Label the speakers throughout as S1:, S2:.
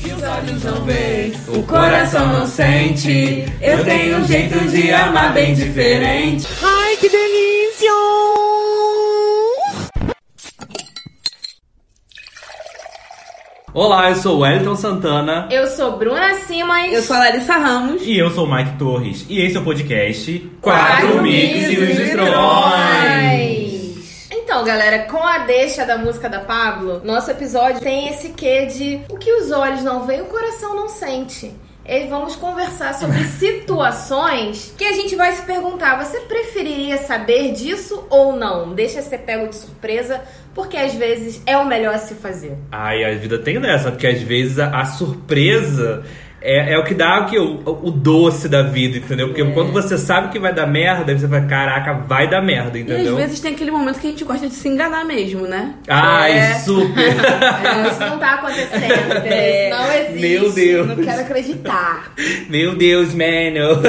S1: que os olhos não veem, o coração não sente. Eu tenho um jeito de amar bem diferente.
S2: Ai, que delícia!
S3: Olá, eu sou o Wellington Santana.
S4: Eu sou Bruna Simas.
S5: Eu sou a Larissa Ramos.
S6: E eu sou o Mike Torres. E esse é o podcast.
S3: Quatro Mix
S4: Mix
S3: e os
S4: Litrões. Então, galera, com a deixa da música da Pablo, nosso episódio tem esse quê de o que os olhos não veem, o coração não sente. E vamos conversar sobre situações que a gente vai se perguntar: você preferiria saber disso ou não? Deixa ser pego de surpresa, porque às vezes é o melhor a se fazer.
S3: Ai, a vida tem dessa, porque às vezes a, a surpresa é, é o que dá o, que, o, o doce da vida, entendeu? Porque quando você sabe que vai dar merda, aí você fala, caraca, vai dar merda,
S5: E às
S3: entendeu?
S5: vezes tem aquele momento que a gente gosta de se enganar mesmo, né?
S3: Ai,
S5: É.
S3: super!
S4: Isso não tá acontecendo,
S5: É.
S4: isso não existe.
S3: Meu Deus.
S5: Não quero acreditar.
S3: Meu Deus, mano!
S6: Eu,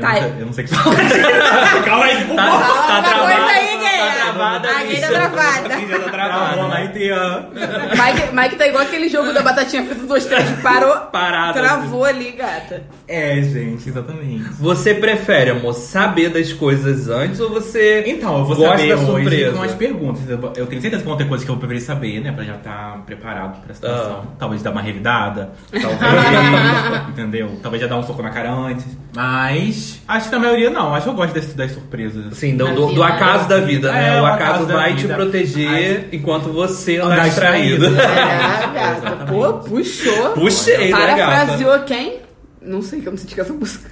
S5: Tá,
S6: não, sei- eu não sei o que falar. Calma aí, por
S3: Tá,
S6: favor.
S3: tá
S4: Alguma
S3: travado,
S4: coisa aí,
S3: tá
S4: guerreiro.
S3: travada,
S4: A
S3: bicha.
S4: guerra travada.
S3: A guerra tá
S6: Calma,
S3: travada.
S6: lá, inteira.
S5: Mike, Mike tá igual aquele jogo da batatinha frita 2, 3, parou,
S3: Parada.
S5: travou ali, gata.
S6: É, gente, exatamente.
S3: Você prefere, amor, saber das coisas antes ou você.
S6: Então, eu vou
S3: Gosta
S6: saber
S3: da
S6: hoje
S3: surpresa.
S6: com as perguntas. Eu vou- Eu tenho certeza que vão ter coisas que eu preferir saber, né? Pra já estar preparado pra situação. Talvez dar uma revidada. Talvez, entendeu? Talvez já dar um soco na cara antes. Mas acho que na maioria não. Acho que eu gosto desse, das surpresas.
S3: Assim, do,
S4: Na
S3: do- do
S4: vida.
S3: acaso da vida, né?
S6: É,
S3: o
S6: o
S3: acaso
S6: acaso da
S3: vai te
S6: vida.
S3: proteger enquanto você
S6: Andar
S3: anda distraído.
S6: distraído.
S5: É, gata.
S6: Exatamente.
S5: Pô, puxou.
S3: Puxei, né, gata?
S5: Parafraseou quem? Não sei como se diz essa música.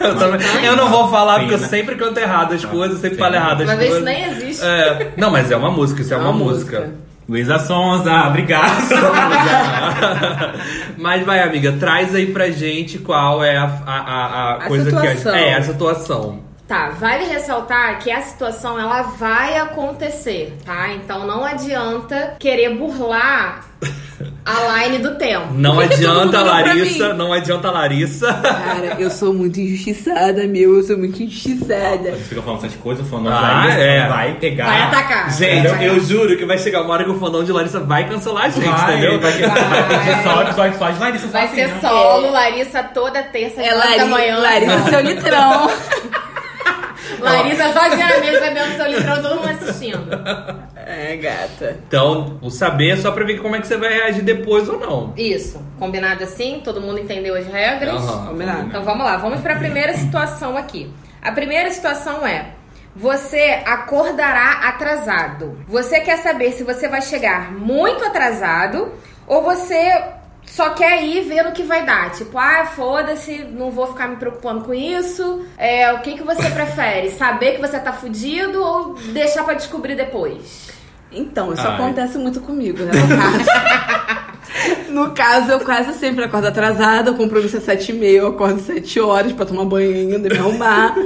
S3: Eu, também- eu não vou falar porque eu
S6: Pena.
S3: sempre canto errado as coisas, sempre
S6: Pena.
S3: falo errado as
S4: Uma vez
S3: coisas.
S4: isso nem existe.
S3: É, não, mas é uma música, isso é, uma, música.
S6: Luísa Sonza, obrigado.
S3: Mas vai, amiga, traz aí pra gente qual é a, a- a- a
S5: A
S3: coisa
S5: situação.
S3: que. É, a situação.
S4: Tá, vale ressaltar que a situação ela vai acontecer, tá? Então não adianta querer burlar a line do tempo.
S3: Não
S5: Por que que todo mundo
S3: adianta a
S5: olhou pra
S3: Larissa,
S5: mim?
S3: não adianta a Larissa.
S5: Cara, eu sou muito injustiçada, meu. Eu sou muito injustiçada.
S6: A gente fica falando essas coisas, falando,
S3: Ah,
S6: vai,
S3: é.
S6: vai pegar.
S4: Vai atacar.
S3: Gente,
S4: Vai.
S3: eu juro que vai chegar uma hora que o fandom de Larissa vai cancelar a gente,
S6: Vai,
S3: entendeu?
S6: vai, vai ser só episódio só de Larissa. só
S4: Vai
S6: assim,
S4: ser
S6: né?
S4: solo, Larissa toda terça,
S5: É
S4: às nove da
S5: Lari,
S4: manhã.
S5: Larissa, seu litrão.
S4: Larissa sozinha na mesa bebendo seu litrão, todo mundo assistindo.
S5: É, gata.
S3: Então, o saber é só pra ver como é que você vai reagir depois ou não.
S4: Isso, combinado assim? Todo mundo entendeu as regras?
S3: Aham.
S5: Combinado.
S4: Então vamos lá, vamos para a primeira situação aqui. A primeira situação é: você acordará atrasado. Você quer saber se você vai chegar muito atrasado ou você só quer ir ver no que vai dar? Tipo, ah, foda-se, não vou ficar me preocupando com isso. É, o que, que você prefere? Saber que você tá fudido ou deixar pra descobrir depois?
S5: Então, isso
S3: Ai.
S5: acontece muito comigo, né? No caso. No caso, eu quase sempre acordo atrasada, o compromisso é sete e meia, eu acordo sete horas pra tomar banho ainda, me arrumar.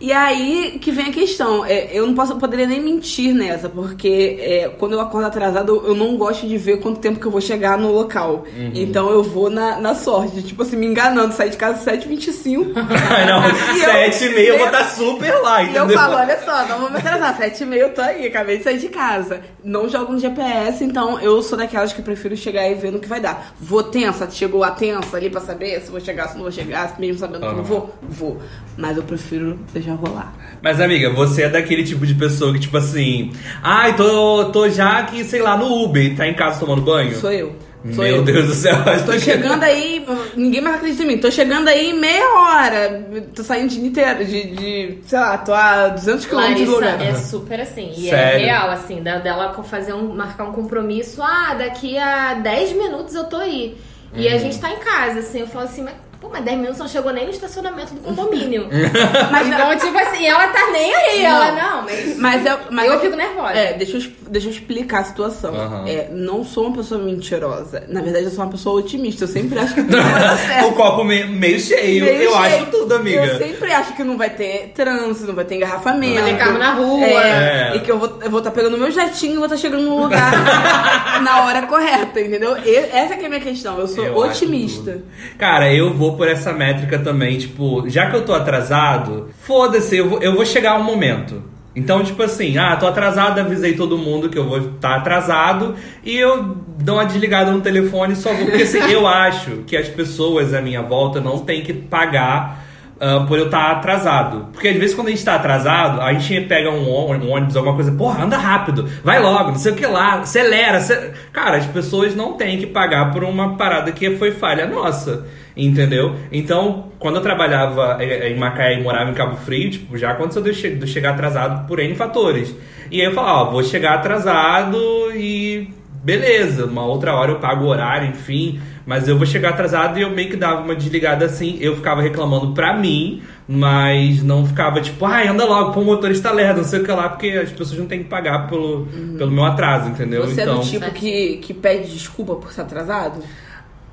S5: E aí que vem a questão, é, eu não posso, eu poderia nem mentir nessa, porque é, quando eu acordo atrasada, eu, eu não gosto de ver quanto tempo que eu vou chegar no local. Então eu vou na, na sorte, tipo assim, me enganando, sair de casa às 7h25,
S3: Ai, não,
S5: E eu-
S3: sete e meia eu vou
S6: tá
S3: estar super lá,
S5: E eu
S3: entendeu?
S5: falo, olha só, não vou me atrasar, sete e meia eu tô aí, acabei de sair de casa. Não jogo no GPS, então eu sou daquelas que prefiro chegar e ver no que vai dar. Vou tensa, chegou a tensa ali pra saber se vou chegar, se não vou chegar, mesmo sabendo que
S3: Aham.
S5: não vou, vou. Mas eu prefiro deixar rolar.
S3: Mas, amiga, você é daquele tipo de pessoa que, tipo assim, ai, tô, tô já aqui, sei lá, no Uber, tá em casa tomando banho?
S5: Sou eu. Sou
S3: Meu
S5: eu.
S3: Deus do céu, acho
S5: Tô
S3: que-
S5: chegando aí, ninguém mais acredita em mim. Tô chegando aí em meia hora. Tô saindo de Niterói, de, de, sei lá, tô a 200 quilômetros do
S4: Larissa
S5: lugar.
S4: é super assim. E é
S3: Sério?
S4: real, assim, da- dela co- fazer um, marcar um compromisso. Ah, daqui a 10 minutos eu tô aí. E
S3: Uhum.
S4: a gente tá em casa, assim. Eu falo assim, mas, pô, mas 10 minutos não chegou nem no estacionamento do condomínio.
S3: É.
S5: Mas
S4: então, tipo assim, ela tá nem aí.
S5: Não.
S4: Ela, não, mas.
S5: Mas eu, mas
S4: Eu fico nervosa.
S5: É, deixa eu, es- deixa eu explicar a situação.
S3: Aham.
S5: É, não sou uma pessoa mentirosa. Na verdade, eu sou uma pessoa otimista. Eu sempre acho que tudo vai dar
S3: o
S5: certo.
S3: copo me- meio, cheio,
S5: Meio
S3: eu
S5: cheio.
S3: acho tudo, amiga.
S5: Eu sempre acho que não vai ter trânsito, não vai ter engarrafamento.
S4: Vai ter carro na rua.
S5: É,
S3: É.
S5: E que eu vou estar pegando meu jetinho e vou estar chegando no lugar na hora correta, entendeu? E- essa que é a minha questão. Eu sou
S3: Eu acho
S5: otimista.
S3: tudo. Cara, eu vou por essa métrica também, tipo, já que eu tô atrasado, foda-se, eu vou, eu vou chegar um momento. Então, tipo assim, ah, tô atrasado, avisei todo mundo que eu vou estar atrasado e eu dou uma desligada no telefone só vou. Porque assim, eu acho que as pessoas à minha volta não têm que pagar ah, por eu estar atrasado. Porque às vezes quando a gente tá atrasado, a gente pega um, ô- um ônibus, alguma coisa, porra, anda rápido, vai logo, não sei o que lá, acelera. ace- Cara, as pessoas não têm que pagar por uma parada que foi falha nossa. Entendeu? Então, quando eu trabalhava eh, em Macaé e morava em Cabo Frio, tipo, já aconteceu de eu, che- de eu chegar atrasado por N fatores. E aí eu falava, ó, vou chegar atrasado e beleza, uma outra hora eu pago o horário, enfim, mas eu vou chegar atrasado e eu meio que dava uma desligada assim, eu ficava reclamando pra mim, mas não ficava tipo, ai, anda logo, pô, o motorista lerda, não sei o que lá, porque as pessoas não têm que pagar pelo, pelo meu atraso, entendeu?
S5: Uhum. Você é
S3: então,
S5: do tipo que, que pede desculpa por ser atrasado?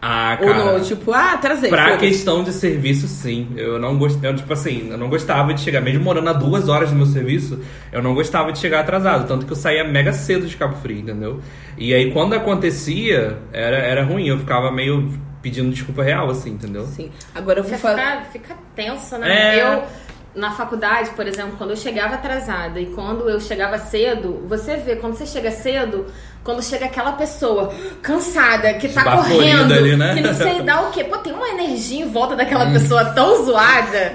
S3: ah,
S5: Ou
S3: cara.
S5: não, tipo, ah, atrasei.
S3: Pra
S5: foda-se.
S3: questão de serviço, sim. Eu não gostava, tipo assim, eu não gostava de chegar, mesmo morando a duas horas do meu serviço, eu não gostava de chegar atrasado. Tanto que eu saía mega cedo de Cabo Frio, entendeu? E aí quando acontecia, era, era ruim, eu ficava meio pedindo desculpa real, assim, entendeu?
S5: Sim. Agora eu vou
S4: Você
S5: falar.
S4: fica, fica tensa, né?
S3: É.
S4: Eu, na faculdade, por exemplo, quando eu chegava atrasada e quando eu chegava cedo, você vê, quando você chega cedo, quando chega aquela pessoa cansada, que tá
S3: Esbaforida
S4: correndo,
S3: ali, né?
S4: que não sei dá o quê. Pô, tem uma energia em volta daquela pessoa tão zoada.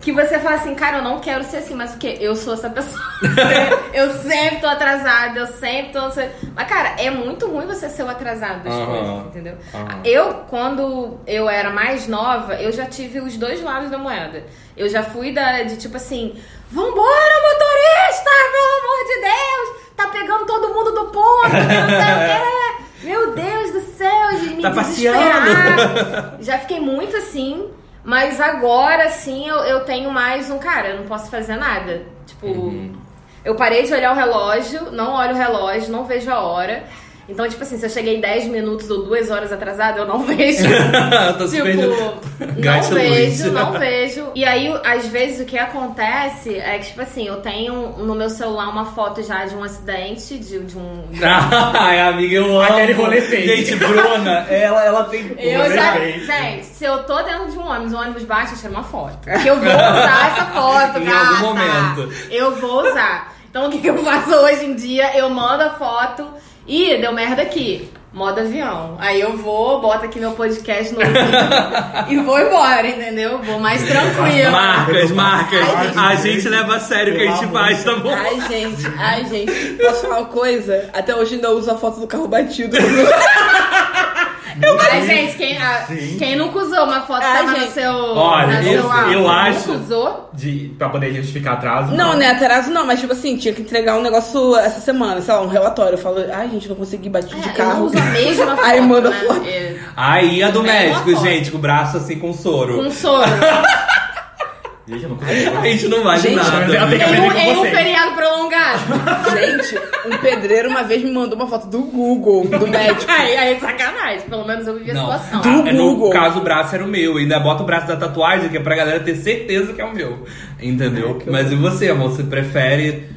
S4: Que você fala assim, cara, eu não quero ser assim, mas o quê? Eu sou essa pessoa. eu sempre tô atrasada, eu sempre tô. não sei- Mas, cara, é muito ruim você ser o atrasado das
S3: Aham.
S4: coisas, entendeu?
S3: Aham.
S4: Eu, quando eu era mais nova, eu já tive os dois lados da moeda. Eu já fui da, de tipo assim, vambora, motorista, pelo amor de Deus! Tá pegando todo mundo do ponto, que não sei o quê! Meu Deus do céu, de me
S3: Tá
S4: desesperar. Já fiquei muito assim, mas agora sim eu, eu tenho mais um, cara, eu não posso fazer nada. Tipo, eu parei de olhar o relógio, não olho o relógio, não vejo a hora. Então, tipo assim, se eu cheguei 10 minutos ou 2 horas atrasada, eu não vejo.
S3: Tô
S4: Tipo,
S3: super-
S4: não
S3: Gaste luz.
S4: vejo, não vejo. E aí, às vezes, o que acontece é que, tipo assim, eu tenho no meu celular uma foto já de um acidente, de, de um.
S3: Ai, amiga, eu amo.
S6: Aquele rolê fake.
S3: Gente, Bruna, ela, ela tem.
S4: Eu
S6: Rolê
S4: já.
S6: fake.
S4: Gente, se eu tô dentro de um ônibus, o ônibus baixa, eu tiro uma foto. Porque eu vou usar essa foto,
S3: Em
S4: gata.
S3: algum momento.
S4: Eu vou usar. Então, o que que eu faço hoje em dia? Eu mando a foto. Ih, deu merda aqui. Modo avião. Aí eu vou, boto aqui meu podcast no ouvido e vou embora, entendeu? Vou mais tranquila.
S3: Marcas, marcas. a gente leva a sério o que a gente
S6: Pelo
S3: faz, tá bom?
S5: Ai, gente, ai, gente. Posso falar uma coisa? Até hoje ainda uso a foto do carro batido.
S4: Mas, gente, quem, a-
S6: Sim.
S4: quem nunca usou uma foto
S5: Ai,
S4: tava no
S5: Ah, gente.
S4: seu.
S3: Olha,
S4: no
S3: eu-
S4: seu álbum,
S3: eu
S4: nunca
S3: acho-
S4: usou?
S6: De, pra poder justificar atraso.
S5: Não, né? Atraso não, mas tipo assim, tinha que entregar um negócio essa semana, sei lá, um relatório. Eu falo, ai, gente, não consegui bater de
S4: É, eu não
S5: carro.
S4: uso a mesma foto.
S5: Aí manda
S4: né?
S5: foto.
S4: É.
S3: Aí a do
S4: Pega uma
S3: médico,
S4: foto.
S3: gente, com o braço assim com soro.
S4: Um soro.
S6: Gente, eu não consigo.
S3: A gente não vale
S5: Gente,
S3: nada.
S6: ela tem que
S4: em um,
S6: aprender
S4: em
S6: com
S4: um
S6: vocês.
S4: feriado prolongado.
S5: Gente, um pedreiro uma vez me mandou uma foto do Google, do médico.
S4: aí, aí é sacanagem. Pelo menos eu vivi a
S3: Não.
S4: situação.
S5: Do
S3: Ah, é, no
S5: Google.
S3: caso, o braço era o meu. Ainda bota o braço da tatuagem, que é pra galera ter certeza que é o meu. Entendeu? Mas e você, amor? Você prefere.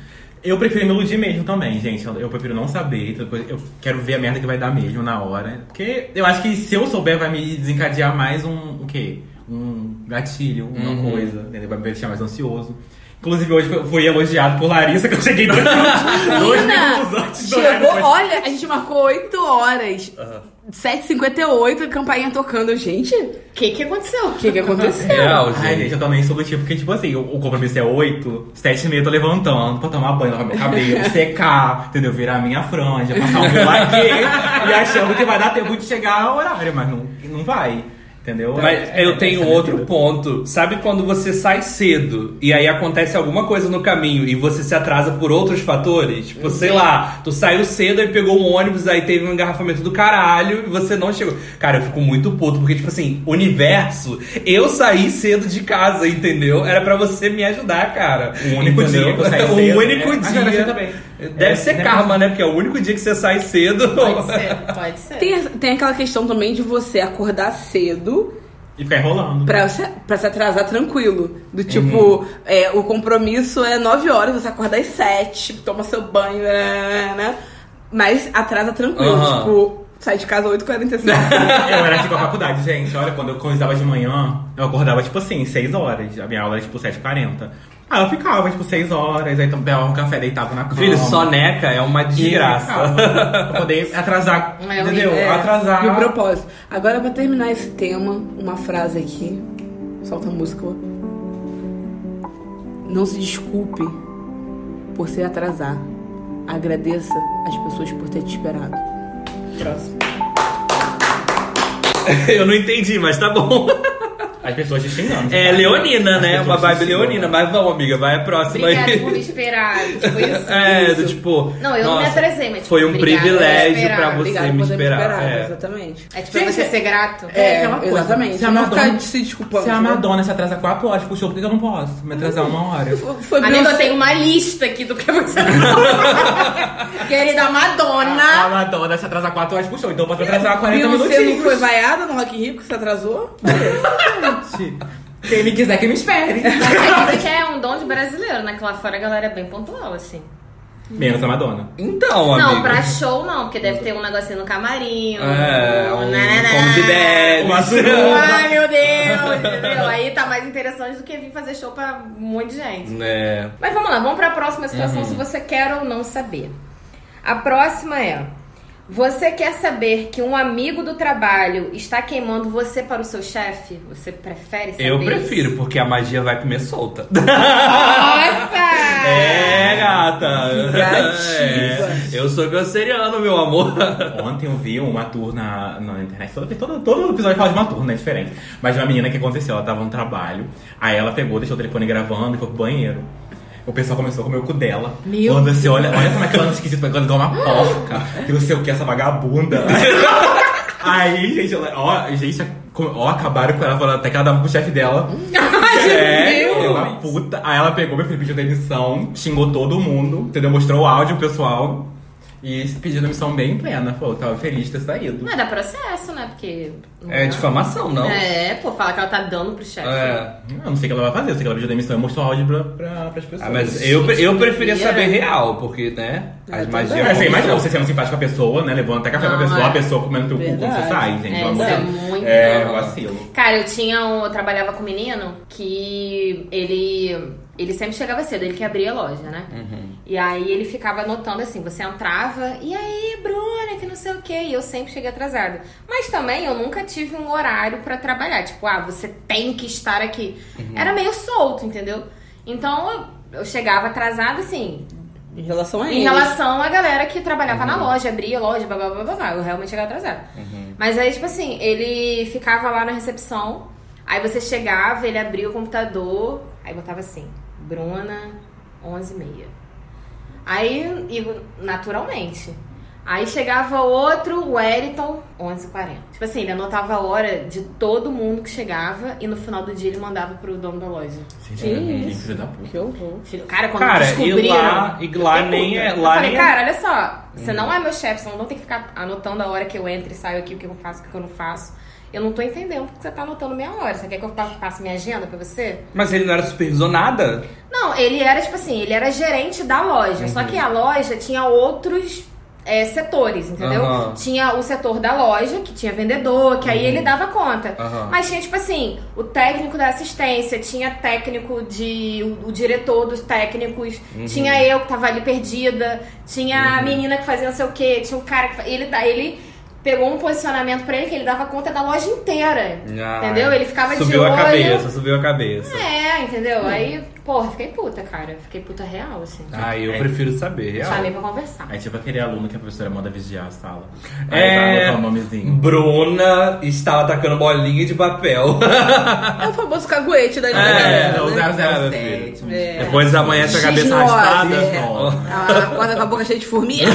S6: Eu prefiro me iludir mesmo também, gente. Eu eu prefiro não saber. então depois Eu quero ver a merda que vai dar mesmo na hora. Porque eu acho que se eu souber, vai me desencadear mais um. O quê? Um gatilho, uma
S3: Uhum.
S6: coisa. Entendeu? Vai me deixar mais ansioso. Inclusive, hoje eu fui elogiado por Larissa, que eu cheguei dois minutos, dois minutos
S5: Menina,
S6: antes do horário.
S5: chegou, olha, a gente marcou 8 horas. 7h58, campainha tocando. Gente, o
S4: O que que aconteceu?
S5: que que aconteceu?
S3: Real,
S6: um- Ai, gente, eu também sou do tipo que, tipo assim, o o compromisso é 8, 7 e meia eu tô levantando pra tomar banho, lavar meu cabelo, secar, entendeu? Virar a minha franja, passar um laque e achando que vai dar tempo de chegar ao horário, mas não, não vai, entendeu?
S3: Mas
S6: É- é-
S3: eu tenho
S6: essa é a
S3: outro
S6: minha vida.
S3: ponto. Sabe quando você sai cedo e aí acontece alguma coisa no caminho e você se atrasa por outros fatores? Tipo, sei lá, tu saiu cedo e pegou um ônibus, aí teve um engarrafamento do caralho e você não chegou. Cara, eu fico muito puto, porque, tipo assim, universo, eu saí cedo de casa, entendeu? Era pra você me ajudar, cara.
S6: O Um único
S3: Entendeu?
S6: dia que eu saí
S3: O
S6: cedo,
S3: único
S6: né? Mas era assim
S3: dia.
S6: também.
S3: Deve
S6: É,
S3: ser
S6: né?
S3: karma, né? Porque é o único dia que você sai cedo.
S4: Pode ser, pode ser.
S5: Tem, tem aquela questão também de você acordar cedo
S6: E ficar enrolando.
S5: pra, se- pra se atrasar tranquilo. Do tipo,
S3: Uhum.
S5: é, o compromisso é 9 horas, você acorda às 7, toma seu banho, né, né, né, mas atrasa tranquilo.
S3: Aham.
S5: Tipo, sai de casa 8h45.
S6: Eu era assim com a faculdade, tipo, gente. Olha, quando eu começava de manhã, eu acordava tipo assim, 6 horas. A minha aula era tipo 7h40. Aí eu ficava, tipo, seis horas, aí tomava um café, deitava na cama.
S3: Filho, soneca é uma
S6: E
S3: desgraça.
S6: ficava, Pra poder atrasar,
S7: É,
S6: entendeu?
S7: horrível.
S6: Atrasar.
S5: E o propósito. Agora, pra terminar esse tema, uma frase aqui. Solta a música. Não se desculpe por se atrasar. Agradeça as pessoas por ter te esperado. Próximo.
S3: Eu não entendi, mas tá bom.
S6: As pessoas te xingando.
S3: É
S6: sabe?
S3: Leonina, né?
S6: As
S3: Uma
S6: pessoas te
S3: vibe
S6: xingando.
S3: Leonina. Mas vamos, amiga, vai a próxima
S4: Obrigada por
S3: aí.
S4: me esperar. Tipo isso.
S3: É, do tipo.
S4: Não, eu não me
S3: nossa,
S4: atrasei, mas tipo,
S3: Foi um
S4: obrigada por
S3: privilégio
S4: esperar.
S3: pra você
S5: Obrigada por
S3: me
S5: ter
S3: esperar.
S5: me esperado.
S3: é.
S5: Exatamente.
S4: É tipo pra você ser grato.
S5: É,
S6: aquela coisa.
S5: exatamente.
S6: Se a
S5: não ficar
S6: Madonna-
S5: se desculpando.
S6: Se a
S5: né?
S6: Madonna se atrasa quatro horas pro show, por que que eu não posso me atrasar uma hora?
S5: Foi
S4: Amiga,
S5: Beyoncé-
S4: eu tenho uma lista aqui do que você Querida
S5: Ah!
S6: A, a
S4: Madonna.
S6: Madonna se atrasar quatro horas pro show, então eu posso me atrasar 40
S5: Beyoncé não
S6: minutinhos.
S5: foi vaiada no Rock in Rio porque você atrasou?
S6: Quem me quiser, que me espere.
S4: Mas isso aqui é um dom de brasileiro, né? Que lá fora a galera é bem pontual, assim.
S6: Menos a Madonna.
S3: Então, amiga.
S4: Não, pra show não, porque deve ter um negocinho no camarim.
S3: É, um
S4: nananá.
S3: como se deve.
S6: Uma suruba.
S4: né, Ai, meu Deus, entendeu? Aí tá mais interessante do que vir fazer show pra um monte de gente.
S3: É.
S4: Mas vamos lá, vamos pra próxima
S3: Uhum.
S4: situação, se você quer ou não saber. A próxima é: você quer saber que um amigo do trabalho está queimando você para o seu chefe? Você prefere saber?
S3: Eu
S4: isso?
S3: prefiro, porque a magia vai comer solta.
S4: Nossa!
S3: É, gata.
S5: Vingativa.
S3: É. Eu sou canceriano, meu amor.
S6: Ontem eu vi uma tour na, na internet. Todo, todo, todo episódio fala de uma tour, né? Diferente. Mas de uma menina que aconteceu, ela tava no trabalho. Aí ela pegou, deixou o telefone gravando e foi pro banheiro. O pessoal começou a comer o cu dela.
S4: Meu
S6: Quando você olha, olha como é que ela não esquisita, quando ela igual uma porca. Que não sei o que, essa vagabunda. Aí, gente, ela, ó, gente, ó, acabaram com ela, falando até que ela dava pro chefe dela. É, é uma puta. Aí ela pegou, meu filho pediu demissão, xingou todo mundo, entendeu? Mostrou o áudio pro pessoal e pediu demissão bem plena. Falou, tava feliz de ter saído.
S4: Mas dá processo, né? Porque. não
S3: É difamação, não?
S4: É, pô, fala que ela tá dando pro chefe.
S3: É.
S6: Eu não sei o que ela vai fazer, eu sei que ela pediu demissão e mostrou o áudio pra, pra, pras pessoas.
S3: Ah, mas eu,
S4: Gente,
S3: eu preferia
S4: queria.
S3: saber real, porque, né?
S5: Eu
S3: As
S5: também.
S3: magias.
S6: É,
S3: vão
S6: você
S3: comer
S6: imagina você
S3: solta.
S6: sendo simpático com a pessoa, né? Levando até café com a
S4: Não,
S6: pessoa,
S4: é.
S6: a pessoa comendo teu cu quando você
S5: Verdade.
S6: sai, gente.
S4: É,
S6: pelo amor de
S4: isso é
S6: Deus.
S4: muito
S6: É,
S4: bom.
S6: vacilo.
S4: Cara, eu tinha um. Eu trabalhava com um menino que ele. Ele sempre chegava cedo, ele que abria a loja, né? E aí ele ficava anotando assim, você entrava, e aí, Bruna, que não sei o quê, e eu sempre cheguei atrasada. Mas também eu nunca tive um horário pra trabalhar, tipo, ah, você tem que estar aqui. Era meio solto, entendeu? Então eu, eu chegava atrasada assim,
S5: Em relação a
S4: em
S5: ele.
S4: relação à galera que trabalhava na loja, abria loja, blá blá blá blá, blá. Eu realmente chegava atrasada. Mas aí, tipo assim, ele ficava lá na recepção, aí você chegava, ele abria o computador, aí botava assim, Bruna, 11h30. Aí, e naturalmente. Aí chegava outro, Wellington, 11h40. Tipo assim, ele anotava a hora de todo mundo que chegava e no final do dia ele mandava pro dono da loja.
S6: Gente,
S5: Que
S6: que
S5: isso.
S6: filho da puta.
S5: Que horror.
S4: Filho, Cara, quando
S3: Cara,
S4: descobriram...
S3: e lá, e lá nem é.
S4: Eu
S3: Lá
S4: falei,
S3: nem é- Uhum.
S4: cara, olha só, você não é meu chefe, você não tem que ficar anotando a hora que eu entro e saio aqui, o que eu faço, o que eu não faço. Eu não tô entendendo porque você tá anotando minha hora. Você quer que eu fa- faça minha agenda pra você?
S3: Mas ele não era supervisor nada?
S4: Não, ele era, tipo assim, ele era gerente da loja. Só
S3: Uhum.
S4: que a loja tinha outros é, setores, entendeu?
S3: Aham. Uhum.
S4: Tinha o setor da loja, que tinha vendedor, que aí ele dava conta.
S3: Aham.
S4: Mas tinha, tipo assim, o técnico da assistência, tinha técnico de. o, o diretor dos técnicos,
S3: Uhum.
S4: tinha eu que tava ali perdida, tinha a menina que fazia não sei o quê, tinha um cara que. fa- Ele, da- ele pegou um posicionamento pra ele que ele dava conta da loja inteira.
S3: Ah,
S4: entendeu? Ele ficava de
S3: Subiu
S4: olho.
S3: a cabeça, subiu a cabeça.
S4: É, entendeu? Aí, porra, fiquei puta, cara. Fiquei puta real, assim.
S3: Ah, eu
S6: É.
S3: prefiro saber, real.
S4: Chamei pra conversar.
S6: É tipo aquele aluno que a professora manda vigiar a sala. Aí vai
S3: É.
S6: anotar o nomezinho.
S3: Bruna estava atacando bolinha de papel.
S5: É o famoso caguete da
S3: É,
S5: galera,
S6: o
S5: né?
S6: 007.
S5: É.
S3: Depois amanhece a cabeça
S5: Cismose,
S3: arrastada.
S5: é. Ela acorda com a boca cheia de formiga.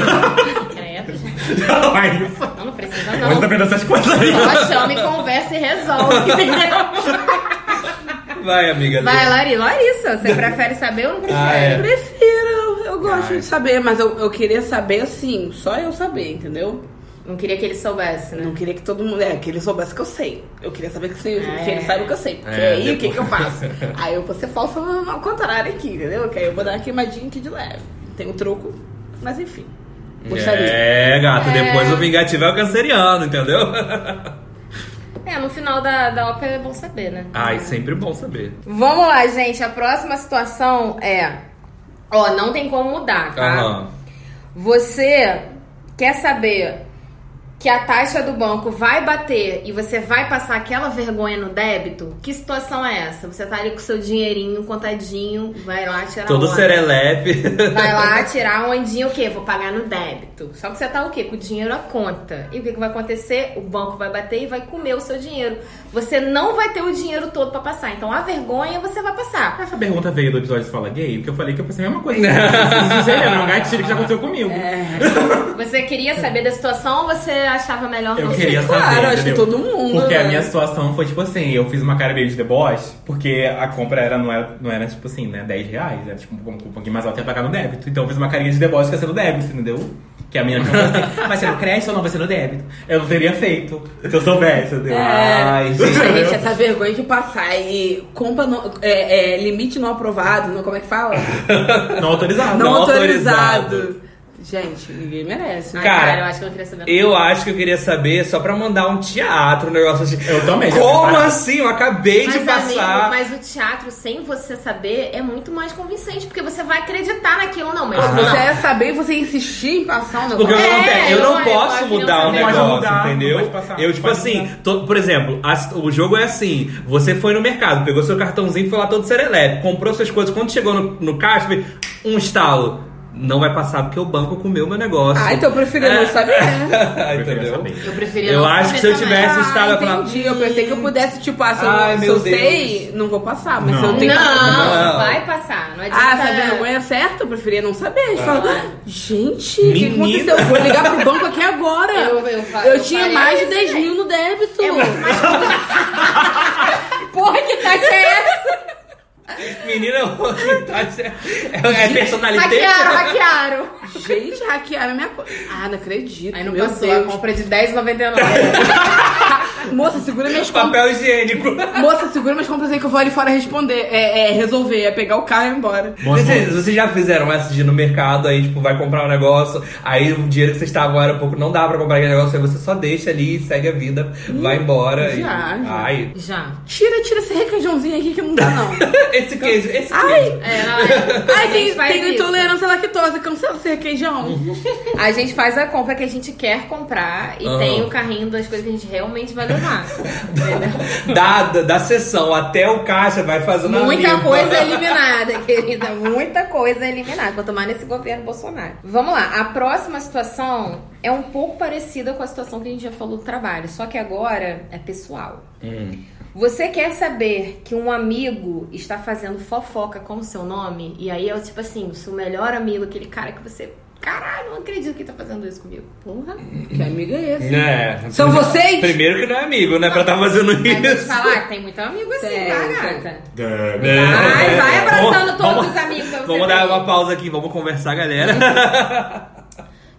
S4: Credo, gente.
S6: Mas isso.
S4: É, Não, não precisa
S6: Mas tá
S4: não.
S6: vendo essas coisas aí.
S4: Só chama e conversa e resolve, entendeu?
S3: Vai, amiga.
S4: Vai, Lari, Larissa, você prefere saber ou não
S3: Ah,
S4: prefere?
S3: é.
S5: Eu prefiro, eu gosto
S6: Ai.
S5: de saber, mas eu, eu queria saber assim, só eu saber, entendeu?
S4: Não queria que ele soubesse,
S5: Eu não
S4: né?
S5: queria que todo mundo. É, que ele soubesse que eu sei. Eu queria saber que, se,
S4: É.
S5: se ele sabe o que eu sei. Porque
S3: É,
S5: aí o que,
S3: depois-
S5: que eu faço? aí eu vou ser falsa ao contrário aqui, entendeu? Que aí eu vou dar uma queimadinha aqui de leve. Tem um troco, mas enfim. Gostaria.
S4: É.
S3: É, gato, depois o vingativo é o canceriano, entendeu?
S4: É, no final da, da ópera é bom saber, né?
S3: Ai, sempre bom saber.
S7: Vamos lá, gente. A próxima situação é. Ó, não tem como mudar, tá?
S3: Aham.
S7: Você quer saber que a taxa do banco vai bater e você vai passar aquela vergonha no débito? Que situação é essa? Você tá ali com seu dinheirinho contadinho, vai lá
S4: Tá
S7: tirar
S3: Todo
S7: onda.
S3: serelepe.
S7: Vai lá tirar ondinha o quê? Vou pagar no débito. Só que você tá o quê? Com o dinheiro à conta. E o que, que vai acontecer? O banco vai bater e vai comer o seu dinheiro. Você não vai ter o dinheiro todo pra passar. Então a vergonha você vai passar.
S6: Essa pergunta veio do episódio de Fala Gay, porque eu falei que eu pensei a mesma coisa. Não, é um gatilho que já aconteceu comigo.
S5: É.
S7: Você queria saber da situação ou você achava melhor
S6: Eu
S7: não
S6: queria
S7: saber?
S6: saber.
S5: claro, acho que
S6: entendeu?
S5: todo mundo,
S6: Porque
S5: né?
S6: a minha situação foi tipo assim: eu fiz uma cara meio de deboche, porque a compra era, não, era, não era tipo assim, né? 10 reais, era tipo um, um pouquinho mais alto ia pagar no débito. Então eu fiz uma carinha de deboche que ia ser no débito, entendeu? Que a minha amiga falou assim: vai ser no crédito ou não vai ser no débito? Eu não teria feito se eu soubesse, entendeu?
S3: Ai, gente.
S5: Nossa, É. gente, essa vergonha de passar e compra não- é, é, limite não aprovado, não, como é que fala?
S6: Não autorizado.
S5: não,
S3: Não
S5: autorizado.
S3: autorizado.
S5: Gente, ninguém merece.
S4: Ai,
S5: né?
S4: cara,
S3: Cara,
S4: eu acho que eu não queria saber.
S3: Eu acho que eu queria saber, só pra mandar um teatro, um negócio assim.
S6: Eu também, já
S3: Como
S6: preparado.
S3: assim? Eu acabei de
S4: Mas,
S3: passar.
S4: amigo, mas o teatro, sem você saber, é muito mais convincente, porque você vai acreditar naquilo, não, mas
S5: Se
S4: não.
S5: você
S7: é-
S5: ia saber e você insistir em passar um
S3: Porque
S5: negócio.
S3: eu
S4: É,
S3: não, tenho- eu
S4: eu
S3: não
S4: acho, eu
S3: posso
S4: acho que
S3: mudar
S4: não
S3: o
S4: sabe.
S3: negócio,
S6: Pode mudar,
S3: entendeu?
S6: pode passar,
S3: eu, tipo
S6: pode
S3: assim,
S6: mudar.
S3: to- por exemplo, as- o jogo é assim: você foi no mercado, pegou seu cartãozinho, foi lá todo serelepe, comprou suas coisas. Quando chegou no, no caixa, foi um estalo. Não vai passar porque o banco comeu meu negócio.
S5: Ah, então eu prefiro não saber.
S6: Eu queria
S3: Entendeu?
S6: saber.
S4: Eu preferia
S3: Eu
S4: não
S3: acho que se
S4: saber
S3: eu
S4: também.
S3: tivesse estado, eu
S5: Ah,
S3: falava.
S5: entendi. Eu pensei que eu pudesse, tipo, ah, se eu,
S3: Ai,
S5: se
S3: meu
S5: eu
S3: Deus.
S5: sei, não vou passar. Mas se
S6: Não.
S5: eu tenho que...
S4: Não,
S3: Não.
S4: vai passar. Não adianta.
S5: Ah, essa vergonha é certa? Eu preferia não saber. Eu falo, gente, o que
S3: É. Menina.
S5: aconteceu? Eu Vou ligar pro banco aqui agora.
S4: Eu- eu fa- eu
S5: tinha
S4: faria
S5: mais de
S4: isso,
S5: 10
S4: né?
S5: mil no débito.
S4: É muito mais
S5: Porra, que taxa é essa?
S3: Menina, é, é personalidade.
S4: Hackearam, hackearam.
S5: Gente, hackearam minha conta. Ah, não acredito.
S4: Aí não
S5: Meu
S4: passou a
S5: Deus.
S4: compra de 10,99.
S5: Moça, segura minhas compras.
S3: Papel higiênico.
S5: Moça, segura minhas compras aí que eu vou ali fora responder. É, é, resolver. É pegar o carro e ir embora.
S6: Moço,
S3: Vocês, vocês já fizeram essa de ir no mercado, aí, tipo, vai comprar um negócio, aí o dinheiro que vocês estavam era pouco, não dá pra comprar aquele negócio, aí você só deixa ali, segue a vida, vai embora. e-
S5: já, já.
S3: Ai.
S4: Já.
S5: Tira, tira esse requeijãozinho aqui que não dá, não.
S3: Esse queijo, esse queijo.
S5: Ai,
S4: É, não,
S5: ai,
S4: a gente
S5: tem,
S4: faz
S5: tem
S4: isso.
S5: intolerância à lactose. Cancela esse requeijão.
S3: Uhum.
S4: A gente faz a compra que a gente quer comprar e
S3: Ah.
S4: tem o carrinho das coisas que a gente realmente vai levar.
S3: Da, da, da sessão até o caixa vai fazendo a
S4: Muita
S3: limpa.
S4: coisa eliminada, querida. Muita coisa eliminada. Vou tomar nesse governo Bolsonaro. Vamos lá. A próxima situação é um pouco parecida com a situação que a gente já falou do trabalho. Só que agora é pessoal.
S3: Hum.
S4: Você quer saber que um amigo está fazendo fofoca com o seu nome? E aí é tipo assim, o seu melhor amigo, aquele cara que você. Caralho, não acredito que tá fazendo isso comigo. Porra.
S5: Que amiga é esse?
S3: É.
S5: São vocês?
S3: Primeiro que não é amigo, né? Pra estar tá fazendo
S4: Aí vou te
S3: isso.
S4: falar, tem muito amigo assim,
S5: Tem,
S4: tá,
S5: tem.
S4: gata?
S3: É.
S4: Vai, vai abraçando
S3: Vamos-
S4: todos
S3: vamos-
S4: os amigos. pra você
S3: Vamos
S4: ver.
S3: dar uma pausa aqui, vamos conversar, galera.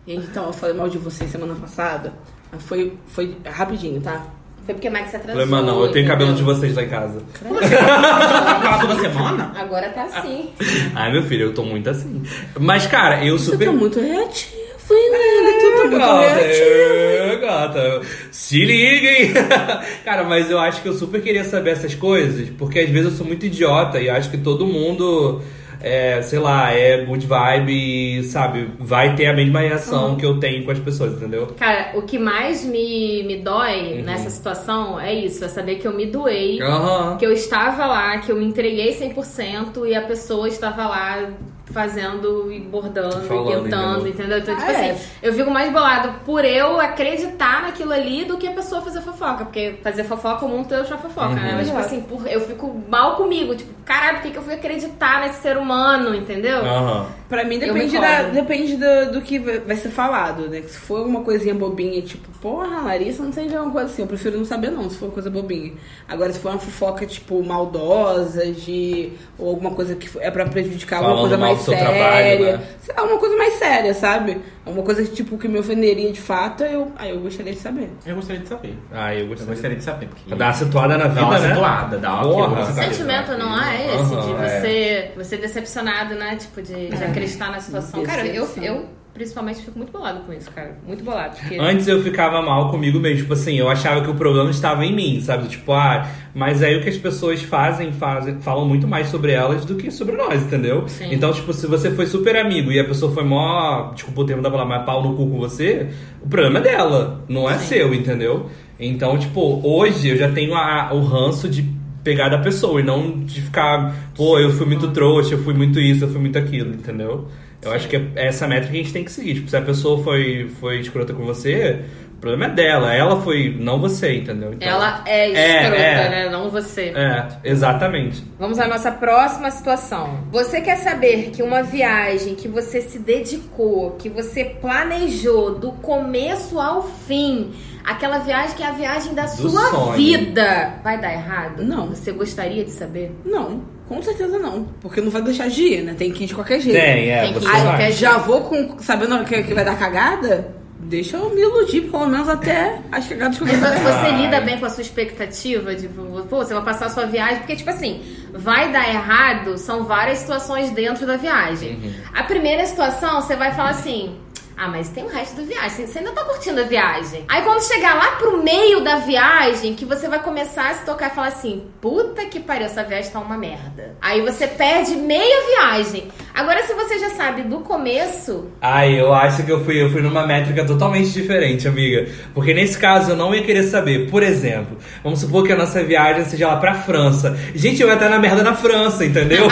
S5: Gente, então, eu falei mal de vocês semana passada. Foi, foi rapidinho, tá?
S4: Foi porque Max é se atrasou.
S3: Problema não, eu tenho cabelo de
S4: entendeu?
S3: vocês lá em casa.
S6: falar toda semana?
S4: assim? Agora tá assim.
S3: Ai, meu filho, eu tô muito assim. Mas, cara, eu
S5: Você
S3: super.
S5: tá muito reativo, hein, Lili? Tu tá muito
S3: Gata,
S5: reativo.
S3: é, gata. Se liguem! Cara, mas eu acho que eu super queria saber essas coisas, porque às vezes eu sou muito idiota e acho que todo mundo, é, sei lá, é good vibe e, sabe, vai ter a mesma reação que eu tenho com as pessoas, entendeu?
S4: Cara, o que mais me, me dói
S3: Uhum.
S4: nessa situação é isso. É saber que eu me doei.
S3: Aham.
S4: Que eu estava lá, que eu me entreguei 100% e a pessoa estava lá fazendo e bordando
S3: Falando,
S4: e pintando,
S3: entendeu?
S4: entendeu? Então, tipo
S5: Ah, é.
S4: assim, eu fico mais bolado por eu acreditar naquilo ali do que a pessoa fazer fofoca. Porque fazer fofoca, o mundo todo já fofoca,
S3: Uhum.
S4: né? Mas, tipo
S5: Uhum.
S4: assim, por- eu fico mal comigo. Tipo, caralho, por que, que eu fui acreditar nesse ser humano, entendeu?
S3: Aham.
S5: Pra mim
S4: Eu
S5: depende,
S4: me
S5: da,
S4: cobro.
S5: depende do, do que vai vai ser falado, né? Se for uma coisinha bobinha, tipo, porra, Larissa, não sei de alguma coisa assim. Eu prefiro não saber, não, se for coisa bobinha. Agora, se for uma fofoca, tipo, maldosa, de. ou alguma coisa que é pra prejudicar alguma
S3: Falando
S5: coisa
S3: mal
S5: mais
S3: do seu
S5: séria.
S3: trabalho, né?
S5: Sei lá, uma coisa mais séria, sabe? Uma coisa que, tipo, que me ofenderia de fato, eu, aí eu gostaria de saber.
S6: Eu gostaria de saber.
S3: Ah, eu
S6: Eu
S3: gostaria.
S6: gostaria de saber. Porque
S3: Pra dar uma situada na vida,
S6: Tá, dá uma
S3: né?
S6: situada, dá uma
S3: Porra.
S4: tá
S6: aquilo, você sabe,
S4: sentimento
S6: dá
S4: não
S6: aquilo.
S4: há esse, de
S3: Aham, é.
S4: você, você decepcionado, né? Tipo, de, de acreditar na situação. Cara, eu, eu principalmente, fico muito bolado com isso, cara. Muito bolado. Porque...
S3: Antes eu ficava mal comigo mesmo, tipo assim, eu achava que o problema estava em mim, sabe? Tipo, ah, mas aí o que as pessoas fazem, fazem, falam muito mais sobre elas do que sobre nós, entendeu?
S4: Sim.
S3: Então, tipo, se você foi super amigo e a pessoa foi mó, tipo, desculpa o termo da palavra, mas pau no cu com você, o problema é dela, não é seu, entendeu? Então, tipo, hoje eu já tenho a- o ranço de pegar da pessoa e não de ficar, pô, eu fui muito trouxa, eu fui muito isso, eu fui muito aquilo, entendeu? Eu acho que é essa métrica que a gente tem que seguir. Tipo, se a pessoa foi, foi escrota com você, o problema é dela. Ela foi, não você, entendeu? Então,
S4: Ela é
S3: É,
S4: escrota,
S3: é.
S4: né? Não você.
S3: É, exatamente.
S4: Vamos à nossa próxima situação. Você quer saber que uma viagem que você se dedicou, que você planejou do começo ao fim, aquela viagem que é a viagem da
S3: Do
S4: sua
S3: sonho.
S4: vida, vai dar errado?
S5: Não.
S4: Você gostaria de saber?
S5: Não, com certeza não. Porque não vai deixar de ir, né? Tem que ir de qualquer jeito.
S3: Tem, é,
S4: Tem que
S3: você
S4: ir
S5: Aí
S3: vai.
S5: já vou com, sabendo que, que vai dar cagada? Deixa eu me iludir, pelo menos até as cagadas que eu
S4: Mas
S5: vou fazer.
S4: você
S3: Ai.
S4: lida bem com a sua expectativa? de pô, você vai passar a sua viagem? Porque, tipo assim, vai dar errado, são várias situações dentro da viagem. A primeira situação, você vai falar assim. Ah, mas tem o resto da viagem. Você ainda tá curtindo a viagem. Aí quando chegar lá pro meio da viagem, que você vai começar a se tocar e falar assim: puta que pariu, essa viagem tá uma merda. Aí você perde meia viagem. Agora, se você já sabe do começo,
S3: Ai, eu acho que eu fui, eu fui numa métrica totalmente diferente, amiga. Porque nesse caso eu não ia querer saber. Por exemplo, vamos supor que a nossa viagem seja lá pra França. Gente, eu ia estar na merda na França, entendeu?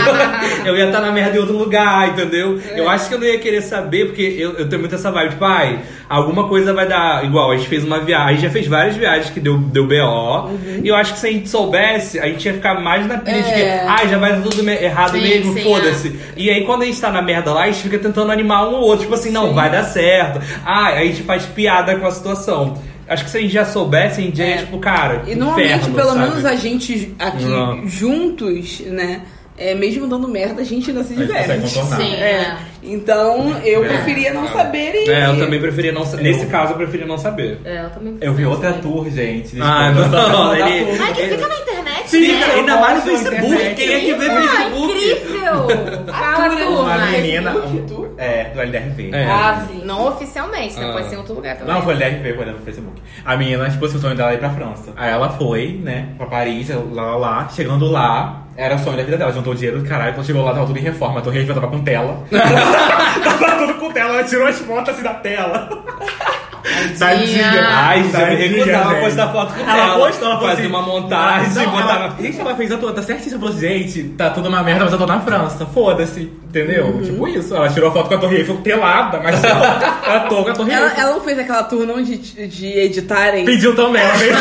S3: eu ia estar na merda em outro lugar, entendeu? Eu acho que eu não ia querer saber, porque eu, eu tenho muito essa vibe. Tipo, ai, alguma coisa vai dar. Igual, a gente fez uma viagem, a gente já fez várias viagens que deu, deu BO. E eu acho que se a gente soubesse, a gente ia ficar mais na pilha de que, ai, já vai dar tudo me- errado
S4: Sim,
S3: mesmo,
S4: sim, é.
S3: foda-se. E aí, quando a gente tá na merda lá, a gente fica tentando animar um ou outro. Tipo assim, não, vai dar certo. Ah, aí a gente faz piada com a situação. Acho que se a gente já soubesse, a gente já ia, tipo, cara.
S5: E normalmente,
S3: inferno,
S5: pelo
S3: sabe?
S5: menos a gente aqui
S3: Não.
S5: juntos, né? É, mesmo dando merda, a gente ainda se
S6: A gente consegue
S5: diverte.
S6: contornar.
S4: Sim.
S5: É. Então, eu preferia não saber e.
S3: É, eu também preferia não saber. Nesse caso, eu preferia não saber.
S4: é, eu também.
S6: Eu vi outra tour, gente.
S3: Ah,
S6: Eles
S3: não,
S6: contam essa
S3: não,
S6: da
S3: ele-
S6: tour.
S4: Ai, que fica na internet, né?
S3: Fica, ainda
S6: eu
S3: mais no
S6: gosto da
S3: Facebook.
S6: internet.
S3: Quem é que vê
S4: Ah,
S3: Facebook?
S4: incrível! Fala,
S5: né?
S6: Uma
S4: turma.
S6: menina. um- É, do LDRV.
S3: É.
S5: Ah, sim.
S4: Não oficialmente, né?
S3: Ah.
S4: Pode ser em outro lugar também.
S6: Não, foi LDRV, foi no Facebook. A menina, tipo, assim, o sonho dela é ir pra França. Aí ela foi, né, pra Paris, lá, lá, lá. Chegando lá, era o sonho da vida dela. Juntou dinheiro do caralho. Quando chegou lá, tava tudo em reforma. A torre Eiffel tava com tela. tava tudo com tela. Ela tirou as fotos, assim, da tela.
S3: Ai, gente, eu me
S6: Tadinha,
S3: recusava a
S6: velho.
S3: postar foto com
S6: Ela
S3: ela.
S6: postou, ela falou
S3: Fazer
S6: assim,
S3: uma montagem,
S6: não,
S3: botar
S6: ela-
S3: na-
S6: Gente, ela fez a tua, tá certíssima. Falou assim, gente, tá tudo uma merda, mas eu tô na França. Foda-se, entendeu?
S3: Uhum.
S6: Tipo isso. Ela tirou a foto com a Torre Eiffel pelada, mas ela tô com a Torre
S5: Ela,
S6: Eiffel.
S5: ela não fez aquela tour não de, de editarem.
S6: Pediu também, ela veio.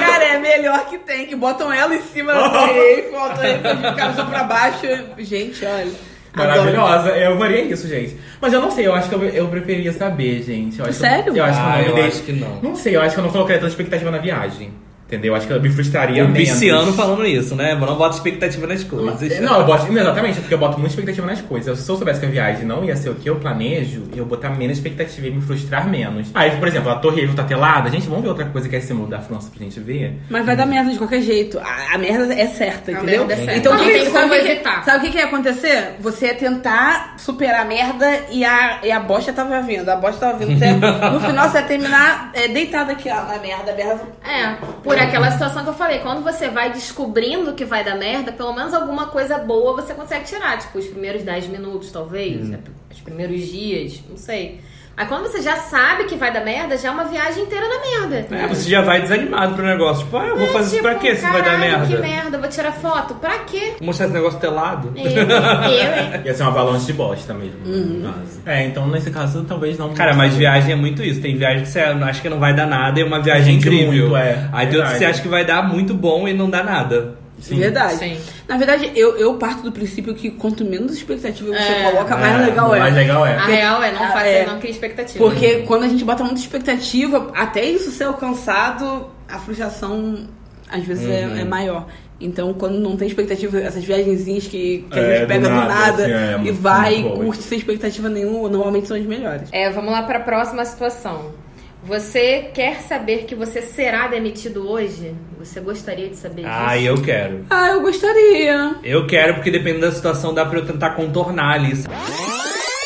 S5: Cara, é melhor que tem, que botam ela em cima da Torre Eiffel, a Torre Eiffel de cara só pra baixo. Gente, olha. Adoro.
S6: Maravilhosa. Eu faria isso, gente. Mas eu não sei, eu acho que eu, eu preferia saber, gente. Eu acho que eu-
S5: Sério?
S6: eu acho que eu
S3: Ah,
S6: não me
S3: eu
S6: dei-
S3: acho que não.
S6: Não sei, eu acho que eu não colocaria tanta expectativa na viagem. Entendeu? Eu acho que eu me frustraria
S3: Um
S6: menos. é,
S3: pisciano falando isso, né? Não bota expectativa nas coisas.
S6: Não, eu boto. não, Exatamente, porque eu boto muita expectativa nas coisas. Se eu soubesse que a viagem não ia ser o que eu planejo, eu ia botar menos expectativa e me frustrar menos. Aí, por exemplo, a Torre Eiffel tá telada. Gente, vamos ver outra coisa que é símbolo da França pra gente ver?
S5: Mas vai dar merda de qualquer jeito. A, a merda é certa,
S4: A
S5: entendeu?
S4: merda é certa.
S5: Então
S4: Não
S5: o que-
S4: tem
S5: sabe
S4: como
S5: o que que-
S4: evitar.
S5: Sabe o que, que ia acontecer? Você ia tentar superar a merda e a, e a bosta tava vindo. A bosta tava vindo. Você, no final você ia terminar é, deitado aqui ó, na merda. A merda.
S4: É, por aquela situação que eu falei, quando você vai descobrindo que vai dar merda, pelo menos alguma coisa boa você consegue tirar, tipo, os primeiros 10 minutos, talvez,
S3: Hum.
S4: né? os primeiros dias, não sei. Aí quando você já sabe que vai dar merda, já é uma viagem inteira da merda. É
S3: É, você já vai desanimado pro negócio. Tipo, ah, eu vou fazer isso pra quê? Se vai dar
S4: caralho, Que
S3: merda.
S4: merda, É. vou tirar foto, pra quê?
S3: Vou Mostrar esse negócio telado.
S4: Eu, eu, hein?
S6: Ia ser uma avalanche de bosta mesmo.
S5: Uhum.
S6: no caso. É, então nesse caso talvez não.
S3: Cara, mas viagem é muito isso. Tem viagem que você acha que não vai dar nada e é uma viagem
S6: Gente,
S3: incrível.
S6: muito, é.
S3: Aí tem outra que
S6: Verdade.
S3: você acha que vai dar muito bom e não dá nada.
S5: Verdade.
S4: Sim.
S5: Na verdade, eu, eu parto do princípio que quanto menos expectativa você
S4: É.
S5: coloca, mais legal é.
S6: Mais legal é.
S4: A real é não
S5: Ah,
S4: fazer,
S5: é.
S4: não criar expectativa.
S5: Porque quando a gente bota muita expectativa, até isso ser alcançado, a frustração às vezes é-
S6: Uhum.
S5: é, maior. Então, quando não tem expectativa, essas viagenzinhas que, que a
S6: É,
S5: gente
S6: do
S5: pega do nada,
S6: nada, assim, é,
S5: e
S6: muito
S5: vai,
S6: boas.
S5: curte sem expectativa nenhuma, normalmente são as melhores.
S4: É, vamos lá para a próxima situação. Você quer saber que você será demitido hoje? Você gostaria de saber
S3: Ah,
S4: disso?
S3: eu quero.
S5: Ah, eu gostaria.
S3: Eu quero, porque dependendo da situação, dá pra eu tentar contornar ali. sabe?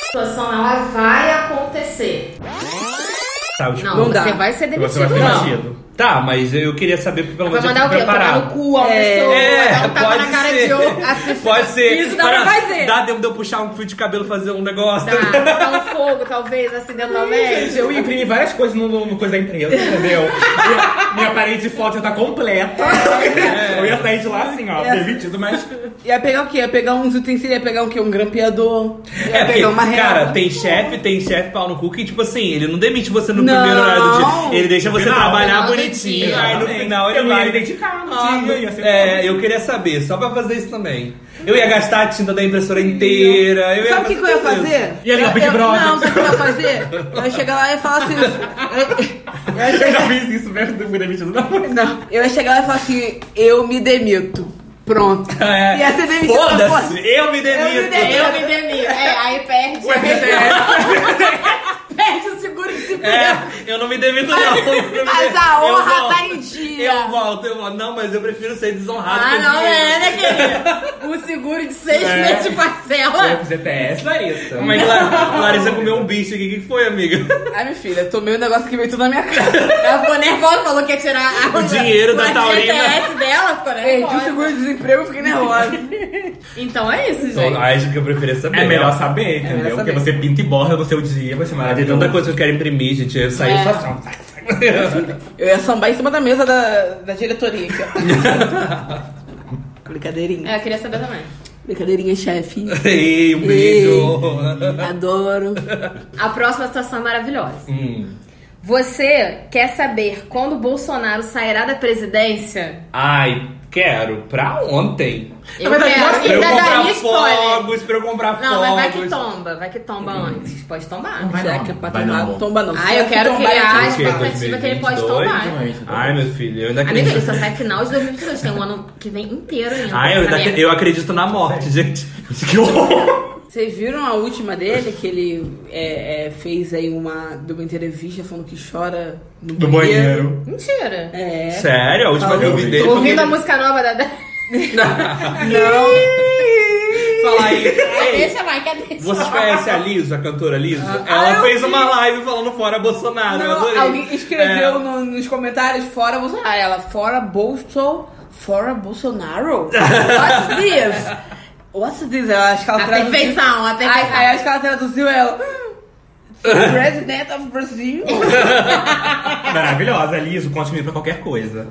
S4: situação ela vai acontecer.
S3: Tá, os-
S4: Não,
S5: Não dá.
S4: você vai ser
S6: Você vai
S4: demitido,
S6: ser
S4: não.
S6: demitido.
S3: Tá, mas eu queria saber porque pelo
S4: Vai
S3: menos eu
S4: mandar
S3: fui
S4: o quê? Tomar no
S3: preparado.
S4: cu a pessoa,
S3: É,
S4: vai dar um tapa
S3: pode
S4: na cara
S3: ser.
S4: de outro. Assim,
S3: Pode ser.
S4: Isso dá pra fazer.
S3: Dá tempo de eu puxar um fio de cabelo e fazer um negócio.
S4: Tá, botar um fogo, talvez, acidentalmente.
S6: Eu imprimi várias coisas no, no- no coisa da empresa, entendeu? minha, minha parede de foto já tá completa.
S3: É.
S6: Eu ia sair de lá assim, ó,
S5: É.
S6: demitido, mas.
S5: Ia pegar o quê? Ia pegar uns utensílios, ia pegar o quê? Um grampeador. Ia
S3: É, porque,
S5: pegar uma
S3: cara,
S5: régua.
S3: tem chefe, tem chefe pau no cu que, tipo assim, ele não demite você no
S5: Não.
S3: primeiro horário do dia. Ele deixa
S6: No
S3: você
S6: final,
S3: trabalhar
S4: no final do
S3: bonitinho,
S4: dia.
S3: aí no final ele
S6: eu
S3: vai...
S6: ia me dedicar, não
S3: Ah,
S6: tinha, ia ser
S3: é, eu queria saber, só pra fazer isso também. Eu ia gastar a tinta da impressora inteira. Eu ia
S5: Sabe o que, que eu ia
S3: tudo isso.
S5: fazer?
S6: Ia ligar pro Big Brother.
S5: Não, sabe o que eu ia fazer? Eu ia chegar lá e ia falar assim. Eu, eu ia
S6: Eu já
S5: chegar,
S6: fiz isso mesmo, não fui demitido,
S3: É.
S6: não.
S5: não, eu ia chegar lá e falar assim: eu me demito. Pronto.
S3: É.
S5: Ia ser demitido.
S3: Foda-se, eu me demito.
S5: Eu me demito.
S4: Eu me demito. É, aí perde.
S5: Perde o seguro de si
S3: É, eu não me demito, não.
S5: Mas a
S3: Eu
S5: honra
S3: volto.
S5: tá em dia.
S3: Eu volto, eu volto. Não, mas eu prefiro ser desonrado.
S4: Ah,
S3: que
S4: não,
S3: dinheiro.
S4: é, né, querida? O seguro de seis
S6: É.
S4: meses de parcela.
S6: FGTS, Larissa.
S3: Mas La- Larissa comeu um bicho aqui. O que que foi, amiga?
S5: Ai, minha filha, tomei um negócio que veio tudo na minha cara.
S4: Ela ficou nervosa, falou que ia tirar a,
S3: O dinheiro da
S4: o
S3: Taurina.
S4: FGTS dela, ficou
S5: Perdi o
S4: nervosa.
S5: seguro de desemprego, fiquei nervosa.
S4: Então é isso, gente.
S3: Então, acho que eu preferia saber.
S6: É melhor saber, entendeu?
S5: melhor saber.
S6: Porque você pinta e borra no seu dia, vai ser
S3: Ah, tem
S6: maravilhoso.
S3: tanta coisa que eu quero imprimir, gente. Eu
S4: É.
S3: saí só assim.
S5: Eu ia sambar em cima da mesa da, da diretoria aqui, ó. Brincadeirinha.
S4: É, eu queria saber também.
S5: Brincadeirinha, chefe.
S3: Ei, um beijo.
S5: Adoro.
S4: A próxima situação é maravilhosa.
S3: Hum.
S4: Você quer saber quando o Bolsonaro sairá da presidência?
S3: Ai, quero. Pra ontem.
S4: Eu
S6: verdade,
S4: quero.
S6: nossa,
S3: Pra eu
S4: Ainda daria
S3: comprar
S4: spoiler.
S3: fogos, pra eu comprar
S4: Não, mas vai que
S3: fogos. Uhum.
S4: tomba. Vai que tomba antes. Pode tombar.
S6: Vai
S5: Será
S6: não,
S5: que é pra
S6: vai
S5: tombar?
S6: não.
S5: Tomba não.
S4: Ah, eu quero
S5: Tombar é
S4: criar a
S3: O quê?
S4: expectativa que ele pode
S3: 2022?
S4: tombar.
S3: Ai, meu filho, eu ainda
S4: Amiga, é ele
S3: acredito.
S4: só sai final de 2022. Tem um ano que vem inteiro ainda. Tá
S3: Ai, Ah, eu,
S4: Essa
S3: ainda,
S4: merda.
S3: eu acredito na morte, gente. Que horror.
S5: Vocês viram a última dele, que ele é, é, fez aí uma, de uma entrevista falando que chora no
S6: Do banheiro.
S4: Mentira.
S5: É.
S3: Sério, a última que eu vi dele foi
S4: Ouvindo a
S3: aquele-
S4: música nova da... da-
S3: Fala aí. Ei,
S4: Deixa, é Mike, deixa.
S3: vocês conhecem a Liso, a cantora Liso?
S4: Ah,
S3: Ela fez uma live falando fora Bolsonaro, eu adorei.
S5: Não, alguém escreveu
S3: É.
S5: no- nos comentários fora Bolsonaro. Aí Ela, fora Bolsonaro. Fora Bolsonaro? What's this? What's this? Eu acho que ela
S4: A
S5: traduziu.
S4: perfeição, a
S5: Aí,
S4: perfeição.
S5: aí acho que ela traduziu ela. President of Brazil.
S6: Maravilhosa, Liso, conte-me pra qualquer coisa.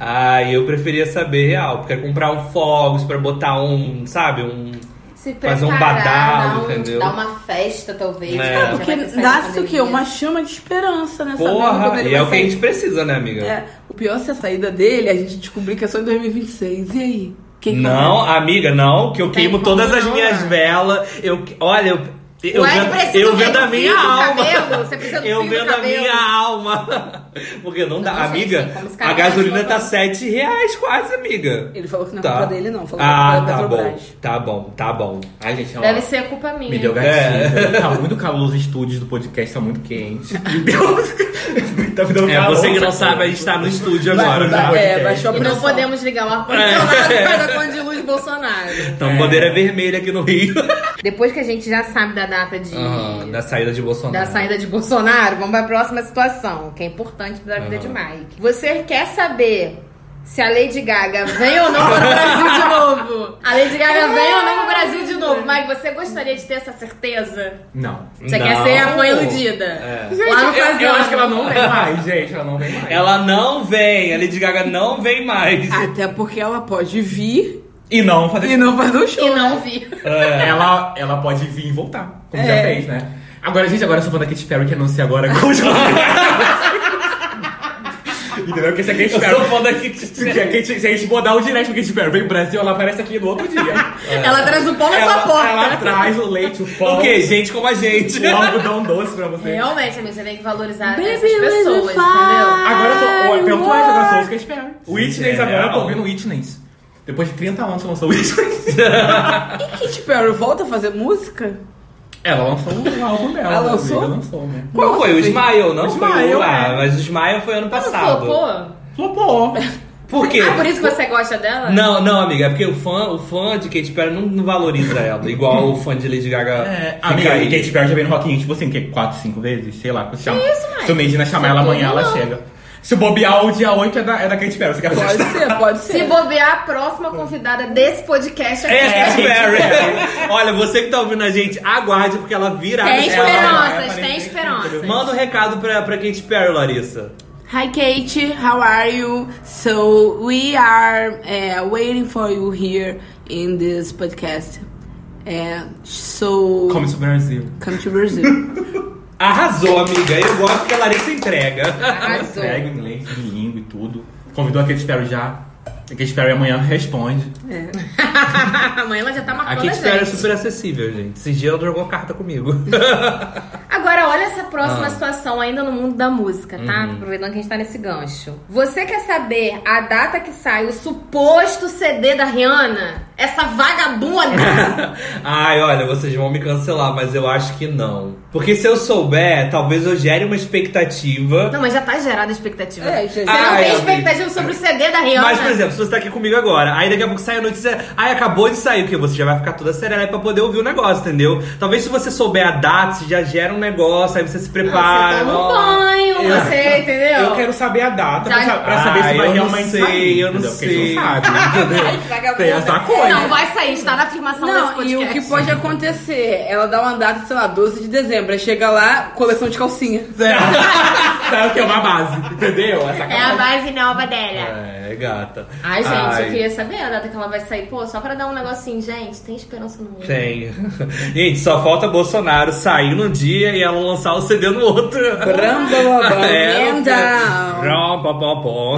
S3: Ah, eu preferia saber real, porque comprar um fogos pra botar um, sabe, um.
S4: Se
S3: Fazer um
S4: preparar,
S3: badalo,
S4: dar um-
S3: entendeu?
S4: Dar uma festa, talvez.
S3: É.
S4: né?
S3: É,
S4: Já
S5: Porque
S4: vai
S5: dá-se
S4: sair da
S5: o quê?
S4: pandemia.
S5: Uma chama de esperança nessa merda quando
S3: Porra!
S5: ele
S3: E é
S5: vai
S3: o que a
S5: sair.
S3: gente precisa, né, amiga?
S5: É, o pior se a saída dele, a gente descobrir que é só em 2026. E aí? Quem
S3: Não, amiga, não, que eu
S4: Tem
S3: queimo
S4: como
S3: todas as
S4: não,
S3: minhas
S4: né?
S3: velas. Eu, olha, eu. Eu
S4: O Ed
S3: vendo,
S4: precisa
S3: eu
S4: do quê?
S3: vendo a
S4: Do fio
S3: minha
S4: do
S3: alma.
S4: cabelo? Você precisa do
S3: eu
S4: fio do
S3: vendo a
S4: cabelo?
S3: minha alma. Porque não dá.
S4: Não, gente,
S3: amiga,
S4: como esse cara
S3: a
S4: tá
S3: gasolina tá
S4: desbotando.
S3: 7 reais quase, amiga.
S5: Ele falou que não é
S3: Tá.
S5: culpa dele, não. Falou que
S3: Ah,
S5: é culpa
S3: tá
S5: da
S3: bom.
S5: Petrobras.
S3: Tá bom, tá bom.
S6: Ai, gente, ó.
S4: Deve ser culpa minha.
S6: Me deu gatilho.
S3: É.
S6: Tá muito calor os estúdios do podcast, tá muito quente. Me deu- tá me dando
S3: É,
S6: calor.
S3: você que não sabe, a gente tá no estúdio
S6: Vai,
S3: agora,
S6: vai.
S3: tá?
S5: É, baixou a
S4: E não
S5: pressão.
S4: podemos ligar
S3: É.
S4: o ar-condicionado para a conta de luz Bolsonaro.
S6: É.
S3: Então, bandeira vermelha aqui no Rio.
S4: Depois que a gente já sabe da data de...
S3: Ah, da saída de Bolsonaro.
S4: Da saída de Bolsonaro, vamos para a próxima situação, que é importante para a vida de Mike. Você quer saber se a Lady Gaga vem ou não para o Brasil de novo? A Lady Gaga vem ou não para o Brasil de novo? Mike, você gostaria de ter essa certeza?
S6: Não.
S4: Você
S3: Não.
S4: quer ser a foi iludida?
S3: É.
S4: Lá no
S6: Eu, eu
S4: Fazano.
S6: acho que ela não vem mais, gente. Ela não vem mais.
S3: Ela não vem, a Lady Gaga não vem mais.
S5: Até porque ela pode vir
S6: E não fazer
S5: e não fazer o show.
S4: E não vi.
S6: Ela, ela pode vir e voltar, como já
S5: É.
S6: fez, né? Agora, gente, agora eu sou fã da Katy Perry que anuncia agora com o João. Entendeu? Porque se a Katy
S3: Eu sou
S6: Perry.
S3: fã da Kitty.
S6: Se a, Katy, se a gente mudar o direct pra Katy Perry, vem pro Brasil, ela aparece aqui no outro dia.
S4: Ela traz o pão na sua
S6: ela,
S4: porta.
S6: ela traz o leite, o pão,
S3: O quê? Gente como a gente.
S6: o algodão doce pra você.
S4: Realmente, amigo, você tem que valorizar
S5: Baby,
S4: essas
S5: let
S4: pessoas,
S5: me
S4: entendeu?
S6: Agora eu sou.
S5: Ai,
S6: Eu, pelo
S5: what?
S6: Twitter, agora eu sou o Katy Perry. Whitney's
S3: Gente, é
S6: agora, eu tô
S3: real.
S6: ouvindo Whitney's. Depois de 30 anos que eu lançou Whitney's.
S5: E Katy Perry volta a fazer música?
S6: Ela lançou o álbum dela.
S5: Ela
S6: inclusive,
S5: lançou?
S6: lançou, né?
S3: Qual
S5: Nossa,
S3: foi? O
S5: gente.
S3: Smile, não
S6: O
S3: foi
S6: Smile,
S3: o lá,
S6: é.
S3: mas o Smile foi ano
S4: Quando
S3: passado.
S4: flopou,
S6: Flopou.
S3: Por quê?
S4: Ah, por isso que você gosta dela?
S3: Não, não, amiga, é porque o fã, o fã de Katy Perry não, não valoriza ela, igual o fã de Lady Gaga.
S6: É,
S3: fica
S6: amiga,
S3: aí.
S6: e Kate Perry já veio no Rock in Rio, tipo assim, o quê? Quatro, cinco vezes? Sei lá. Que chama. Se o Medina chamar ela amanhã, ela chega. Se bobear o dia 8 é da, é da Kate Perry, você quer
S5: Pode ser, pode ser.
S4: Se bobear, a próxima convidada desse podcast
S3: É,
S4: aqui.
S3: Katy Perry. Olha, você que tá ouvindo a gente, aguarde, porque ela virá.
S4: Tem
S3: ela-
S4: esperanças,
S6: é,
S4: tem esperanças.
S3: Manda um recado pra, pra Katy Perry, Larissa.
S5: Hi Kate, how are you? So we are uh, waiting for you here in this podcast. Uh, so
S6: Come to Brasil.
S5: come to Brazil.
S3: Arrasou, amiga. Eu gosto que a Larissa entrega.
S4: Arrasou.
S6: Pega o inglês, bilíngue e tudo. Convidou a Kate Perry já. A Kate Perry amanhã responde.
S4: Amanhã ela já tá
S3: A
S4: marcando a
S3: Katy Perry é
S4: gente.
S3: super acessível, gente. Esse dia ela jogou carta comigo.
S4: Agora, olha essa próxima
S3: Ah.
S4: situação ainda no mundo da música, tá? Aproveitando que a gente tá nesse gancho. Você quer saber a data que sai o suposto CD da Rihanna? Essa vagabunda!
S3: Ai, olha, vocês vão me cancelar, mas eu acho que não. Porque se eu souber, talvez eu gere uma expectativa.
S4: não, mas já tá gerada a expectativa.
S5: É,
S4: Você
S5: já-
S4: não
S3: Ah,
S4: tem
S3: eu vi.
S4: expectativa sobre o CD da Rihanna?
S3: Mas, por exemplo, se você tá aqui comigo agora, aí daqui a pouco sai a notícia, aí acabou de sair, porque você já vai ficar toda serena pra poder ouvir o negócio, entendeu? Talvez se você souber a data, você já gera um negócio, aí você se prepara.
S4: Você toma um
S3: ó.
S4: banho, você, entendeu?
S6: Eu quero saber a data pra,
S4: Já-
S6: sa- pra saber
S3: Ah,
S6: se vai
S3: eu não
S6: realmente
S3: sei,
S6: sair.
S3: eu não
S6: entendeu? Porque a gente
S3: sei.
S6: não sabe. né? entendeu?
S4: Vagabunda.
S6: Tem essa coisa.
S4: Não, vai sair, está na afirmação desse
S5: Não, e
S4: podcast.
S5: o que pode acontecer? Ela dá uma data, sei lá, 12 de dezembro. Aí chega lá, coleção de calcinha.
S6: Sabe o que é uma base, entendeu? Essa
S4: É a base nova dela.
S3: É, gata.
S4: Ai, gente, eu queria saber a data que ela vai sair. Pô, só pra dar um negocinho, gente, tem esperança no mundo.
S3: Tem. Gente, só falta Bolsonaro sair num dia e ela lançar o CD no outro.
S5: Bram, bam, bam,
S3: É,
S5: bam, down.
S3: bram, bam, bam, bom.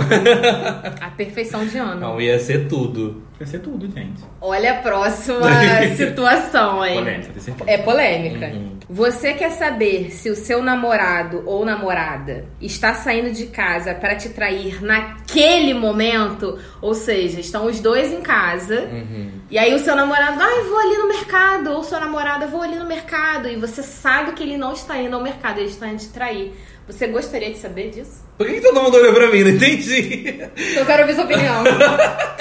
S4: A perfeição de ano.
S3: Não, ia ser tudo.
S6: Vai ser tudo, gente.
S4: Olha a próxima situação, hein?
S6: Polêmica, tem certeza.
S4: É polêmica. Você quer saber se o seu namorado ou namorada está saindo de casa para te trair naquele momento? Ou seja, estão os dois em casa e aí o seu namorado, ai, vou ali no mercado, ou sua namorada, vou ali no mercado, e você sabe que ele não está indo ao mercado, ele está indo te trair. Você gostaria de saber disso?
S3: Por que, que todo mundo olhou pra mim? Não entendi.
S4: Eu quero ouvir sua opinião.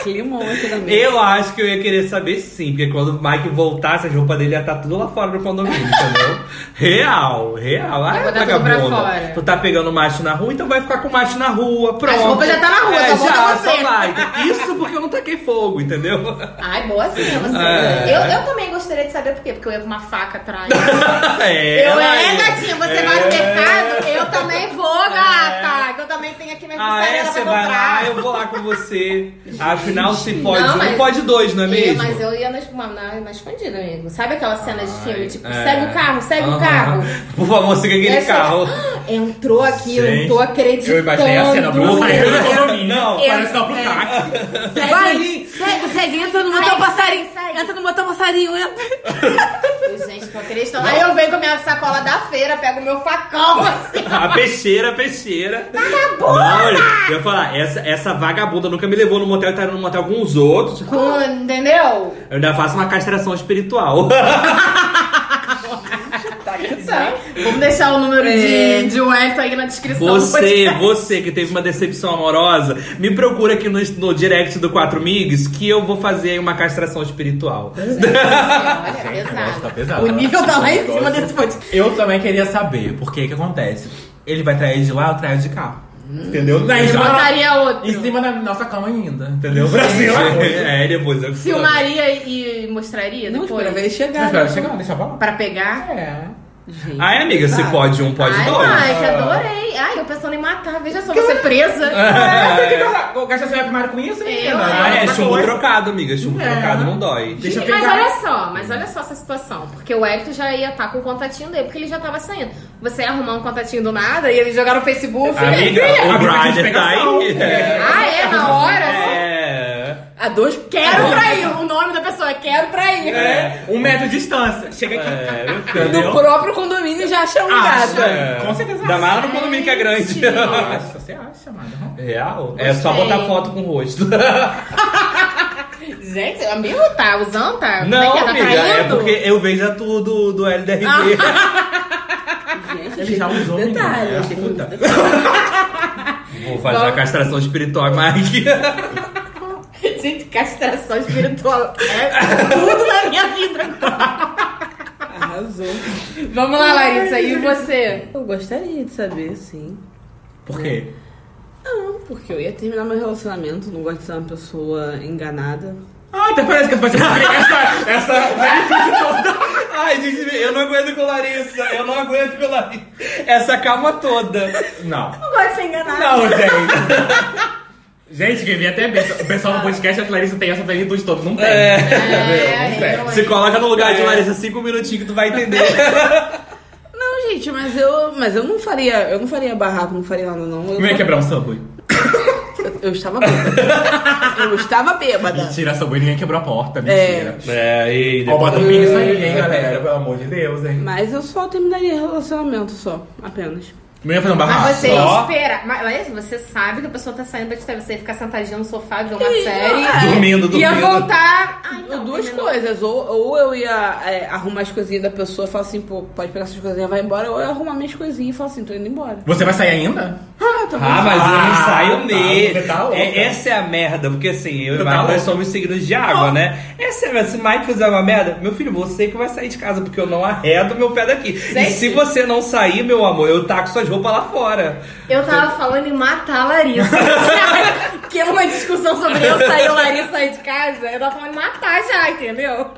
S5: Climão aqui da mesa.
S3: Eu acho que eu ia querer saber sim, porque quando o Mike voltasse, as roupas dele ia estar tudo lá fora do condomínio, entendeu? Real, real. Ah,
S4: botar tudo
S3: vagabunda.
S4: pra fora.
S3: Tu tá pegando macho na rua, então vai ficar com macho na rua, pronto.
S4: roupas já tá na rua,
S3: é,
S4: só volta
S3: já,
S4: você.
S3: só vai. Isso porque eu não taquei fogo, entendeu?
S4: Ai, boazinha você.
S3: É.
S4: Eu, eu também gostaria de saber por quê, porque eu ia com uma faca atrás.
S3: É,
S4: Eu
S3: ela
S4: é,
S3: ia.
S4: gatinha, você vai no mercado, eu também vou, gata. Que eu também tenho aqui minha
S3: Ah, é?
S4: mussarela
S3: Você
S4: pra
S3: vai lá,
S4: comprar.
S3: eu vou lá com você. Afinal, se pode
S4: Não,
S3: um,
S4: mas-
S3: pode dois, não é
S4: Ih,
S3: mesmo?
S4: mas eu ia na, na, na- na escondida, amigo. Sabe aquela cena de filme, tipo,
S3: É.
S4: segue o carro, segue
S3: Aham.
S4: o carro.
S3: Por favor, siga aquele
S4: Essa-
S3: carro.
S4: Ah, Entrou aqui, eu não
S6: Gente,
S4: tô acreditando.
S6: Eu imaginei a cena do
S3: Não,
S6: parece que tá pro
S5: É,
S6: táxi.
S5: Vai ali! Segue, segue, entra no botão
S4: Segue,
S5: passarinho!
S4: segue, segue.
S5: Entra no botão passarinho, entra!
S4: Gente, tô acreditando. Aí eu venho com a minha sacola da feira, pego o meu facão, assim.
S3: A peixeira, a peixeira. Vagabunda! Olha, eu ia falar, essa, essa vagabunda nunca me levou no motel e tá indo no motel com os outros.
S4: com- entendeu?
S3: Eu ainda faço uma castração espiritual.
S4: Tá. Vamos deixar o número
S5: É.
S4: de, de Wellington aí na descrição. do
S3: Você,
S6: é.
S4: podcast.
S3: você que teve uma decepção amorosa, me procura aqui no, no direct do 4 Migs que eu vou fazer aí uma castração espiritual.
S4: Olha, é
S6: O negócio
S4: pesado.
S6: tá pesado.
S5: O nível tá lá em cima desse podcast.
S6: Eu também queria saber, porque o que acontece? Ele vai trair de lá, eu traio de cá. Entendeu? Na
S4: Eu botaria outro.
S6: Em cima da nossa cama ainda, entendeu? Brasil!
S3: é, depois eu
S4: Filmaria e e mostraria
S5: Não,
S4: depois?
S5: espera ver ele chegar. né?
S6: Mas vai chegar, deixa eu falar.
S4: Pra pegar?
S6: É.
S3: Ai, amiga, se pode um, pode
S4: Ai,
S3: dois.
S4: Mike, adorei. Ai, eu pensando em matar. Veja só, você presa.
S6: É, Gastar seu primário com isso, menina?
S3: Ah, é,
S6: Outra
S3: chumbo
S6: coisa.
S3: trocado, amiga. Chumbo
S6: É.
S3: trocado não dói.
S6: Deixa eu
S4: mas
S6: pegar.
S4: olha só, mas olha só essa situação. Porque o Hector já ia estar com o contatinho dele, porque ele já tava saindo. Você ia arrumar um contatinho do nada e ele jogar no Facebook.
S3: Amiga, o Brian tá
S6: um.
S3: aí. É.
S4: Ah, é? Na hora?
S3: É.
S5: A dois.
S4: Quero trair. O nome da pessoa é Quero Trair.
S6: É, um metro de distância. Chega aqui.
S3: É,
S5: Do
S3: entendeu?
S5: próprio condomínio já acha um
S6: Acha.
S5: gato.
S3: É.
S6: Com certeza.
S3: Ainda mais lá no condomínio que é grande.
S6: Acha, você acha, mano?
S3: Real? É só botar foto com o rosto.
S4: Gente, amigo tá usando, tá?
S3: Não,
S4: Como é que é? Tá
S3: amiga, é
S4: traindo?
S3: porque eu vejo a tu do, do LDRB.
S5: Gente,
S6: Ele já usou, menina. É
S5: detalhe.
S6: Puta.
S3: Vou fazer a castração espiritual, Mike.
S4: Gente, castração espiritual é tudo na minha vida.
S5: Arrasou.
S4: Vamos lá, Larissa, e você?
S5: Eu gostaria de saber, sim.
S6: Por quê?
S5: Não, porque eu ia terminar meu relacionamento, não gosto de ser uma pessoa enganada.
S6: Ah, até parece que vai ser essa, essa atitude toda.
S3: Ai, gente, eu não aguento com Larissa. Eu não aguento com Larissa. Essa calma toda.
S6: Não.
S4: Não gosto de ser enganada.
S6: Não, gente. Gente, que vi até bem- o pessoal no podcast, a Clarissa tem essa plenitude toda. Não tem.
S4: É, eu-
S3: Se coloca no lugar de Larissa cinco minutinhos que tu vai entender.
S5: Não, gente, mas eu, mas eu não faria, eu não faria barraco, não faria nada não. Eu,
S6: Como é quebrar um subway?
S5: eu, eu estava bêbada. eu estava bêbada.
S6: Mentira, subway ninguém quebrou a porta, mentira.
S3: É, e
S6: Ó, bota um
S3: depois-
S6: pino isso aí, hein, galera, pelo amor de Deus, hein.
S5: Mas eu só terminaria relacionamento só, apenas.
S6: Não ia fazer um barraco
S4: Mas você ia
S6: só,
S4: esperar. Mas Larissa, você sabe que a pessoa tá saindo pra te ter. Você ia ficar sentadinha no sofá, ver uma série.
S3: Dormindo, dormindo.
S4: Ia voltar. Ah, então,
S5: é, Duas
S4: terminou.
S5: coisas, ou, ou eu ia é, arrumar as coisinhas da pessoa e falar assim, pô, pode pegar essas coisinhas, vai embora, ou eu ia arrumar minhas coisinhas e falar assim, tô indo embora.
S6: Você vai sair ainda?
S5: Ah, tá
S3: Ah, mas eu não
S6: Ah,
S3: saio
S6: tá,
S3: nele.
S6: você tá louca.
S3: É, essa é a merda, porque assim, eu
S6: Você
S3: e
S6: tá
S3: Mike
S6: louca.
S3: nós somos signos de água, né? Essa é a merda. Se Mike fizer uma merda, meu filho, você que vai sair de casa, porque eu não arredo meu pé daqui. E se você não sair, meu amor, eu taco suas roupas lá fora.
S4: Eu tava falando em matar a Larissa. que é uma discussão sobre eu sair ou Larissa sair de casa. Eu tava falando em matar já, entendeu?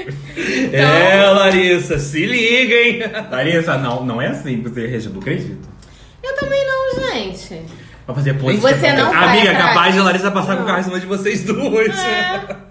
S4: Então-
S3: É, Larissa, se liga, hein?
S6: Larissa, não, não é assim. Você rejeita, acredito.
S4: Eu também não, gente.
S6: Vai fazer pose.
S4: Você
S6: tipo,
S4: não vai
S6: Amiga,
S4: atrás.
S6: capaz
S3: Capaz
S6: de...
S3: de Larissa passar com o carro em cima de vocês duas.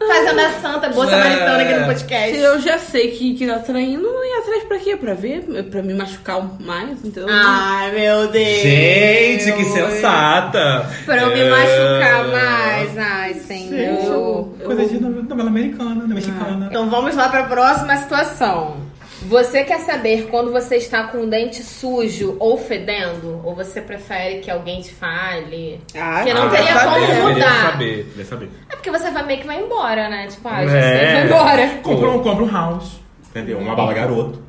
S4: Fazendo a santa, boa
S3: É.
S4: samaritana aqui no
S5: Se
S4: podcast.
S5: eu já sei que, que tá traindo, eu não ia atrás pra quê? Pra ver? Pra me machucar mais, entendeu?
S4: Ai, meu
S6: É.
S4: Deus.
S3: Gente, que sensata.
S4: Pra eu me
S3: É.
S4: machucar mais. Ai, senhor.
S5: Eu,
S6: Coisa
S5: eu,
S6: de novela americana, né, mexicana.
S4: Então vamos lá para a próxima situação. Você quer saber quando você está com o dente sujo ou fedendo? Ou você prefere que alguém te fale?
S5: ah,
S4: Que não
S5: ah,
S4: teria
S5: tá
S4: como
S5: bem.
S3: Eu queria
S4: mudar.
S3: saber.
S6: Queria Ah. saber.
S4: É porque você vai meio que vai embora, né? Tipo, ah,
S3: É.
S4: já sei, vai embora.
S6: Compra um, compra um house. Entendeu? Uma bala garoto.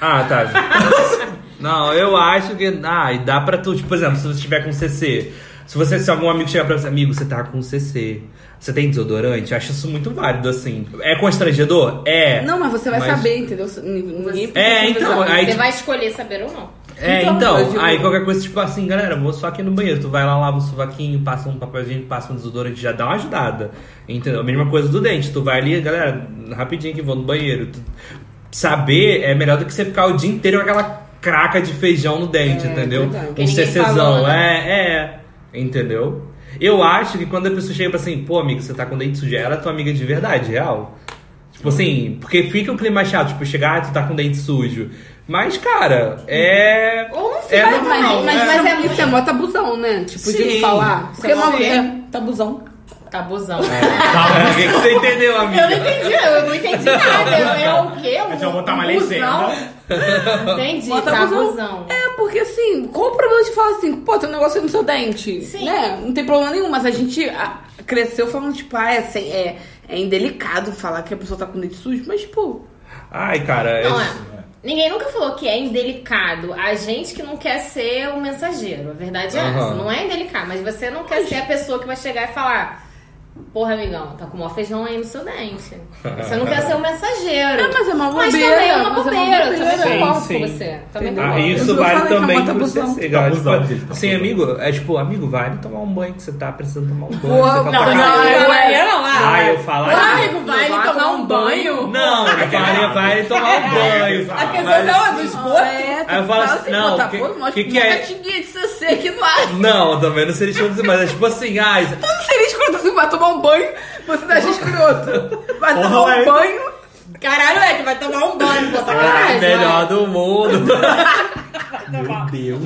S3: Ah, tá. Não, eu acho que. Ah, e dá pra tu, tipo, por exemplo, se você tiver com CC. Se você, se algum amigo chegar pra você, amigo, você tá com CC. Você tem desodorante? Eu acho isso muito válido, assim. É constrangedor? É.
S5: Não, mas você vai
S3: Mas-
S5: saber, entendeu? Ninguém precisa
S3: É,
S5: saber
S3: então,
S5: nada.
S3: aí-
S4: Você vai escolher saber ou não.
S3: É,
S5: Então,
S3: então,
S5: eu digo-
S3: aí qualquer coisa, tipo assim, galera, vou só aqui no banheiro. Tu vai lá, lava o sovaquinho, passa um papelzinho, passa um desodorante, já dá uma ajudada. Entendeu? A mesma coisa do dente. Tu vai ali, galera, rapidinho que vou no banheiro. Tu- Saber é melhor do que você ficar o dia inteiro com aquela craca de feijão no dente, entendeu?
S5: É, verdade. né?
S3: Um
S4: Ninguém
S3: CCzão,
S4: falou,
S3: é, é. Entendeu? Eu acho que quando a pessoa chega pra assim, pô, amiga, você tá com o dente sujo, ela é tua amiga de verdade, real. Tipo assim, porque fica um clima chato, tipo, chegar, ah, tu tá com o dente sujo. Mas, cara, é.
S4: Ou não
S3: É
S5: Mas, mas,
S3: normal.
S5: mas,
S3: é.
S5: mas é, isso é mó tabuzão, né? Tipo,
S3: Sim.
S5: de falar. Porque é mó é tabuzão.
S4: Tá abusão.
S3: É, o que que você entendeu,
S4: Eu não
S3: amiga?
S4: entendi, eu não entendi nada. Eu, é o quê? Um,
S6: Eu já vou botar uma
S4: busão?
S6: legenda.
S4: Entendi,
S5: Bota
S4: tá
S5: abusão.
S4: abusão.
S5: É, porque assim, qual o problema de falar assim, pô, tem um negócio no seu dente?
S4: Sim.
S5: Né? Não tem problema nenhum, mas a gente ah, cresceu falando, tipo, ah, é, sem- é, é indelicado falar que a pessoa tá com o dente sujo, mas, tipo,
S3: Ai, cara.
S4: Não,
S3: é-
S4: é. Ninguém nunca falou que é indelicado. A gente que não quer ser o mensageiro. A verdade é essa.
S3: Aham.
S4: Não é indelicado, mas você não quer ser a pessoa que vai chegar e falar. Porra, amigão, tá com mó feijão aí no seu dente. Você não quer ser o mensageiro.
S5: ah, mas é uma
S4: Mas
S5: bobeira. tá
S4: também é uma
S5: mas
S4: bobeira. Eu também
S3: bobeira.
S4: concordo
S3: Sim, sim.
S4: com você. Também
S5: Entendi.
S3: Ah,
S4: concordo.
S3: isso
S5: Eu
S3: vale
S5: falei que é
S3: também
S5: uma
S3: pro
S5: tabuzão.
S3: CC, galera. Tipo,
S6: Tabuzão, gente, tabuzão.
S3: Sim, amigo, é tipo, amigo, vale tomar um banho que você tá precisando tomar um banho.
S5: Pô,
S3: você tá
S5: não,
S3: pra
S6: Ah,
S5: não,
S3: caralho.
S5: não,
S4: eu não,
S3: Ah, eu falar.
S5: amigo, vai ele tomar um banho.
S3: Não, vale, vale tomar um banho.
S6: A
S3: Mas-
S5: do esgoto. É,
S3: Aí eu falo assim, não, que- que que é?
S5: catinguinha de CC aqui no ar.
S3: Não, também não seria escroto assim, mas é tipo assim, ai.
S5: Não seria escroto assim, vai tomar um banho, você tá escroto. Vai
S6: Porra,
S5: tomar
S6: ué.
S5: um banho.
S4: Caralho, é que vai tomar um banho, pô,
S3: ai,
S4: sacanagem.
S3: é melhor do mundo.
S6: Meu Deus.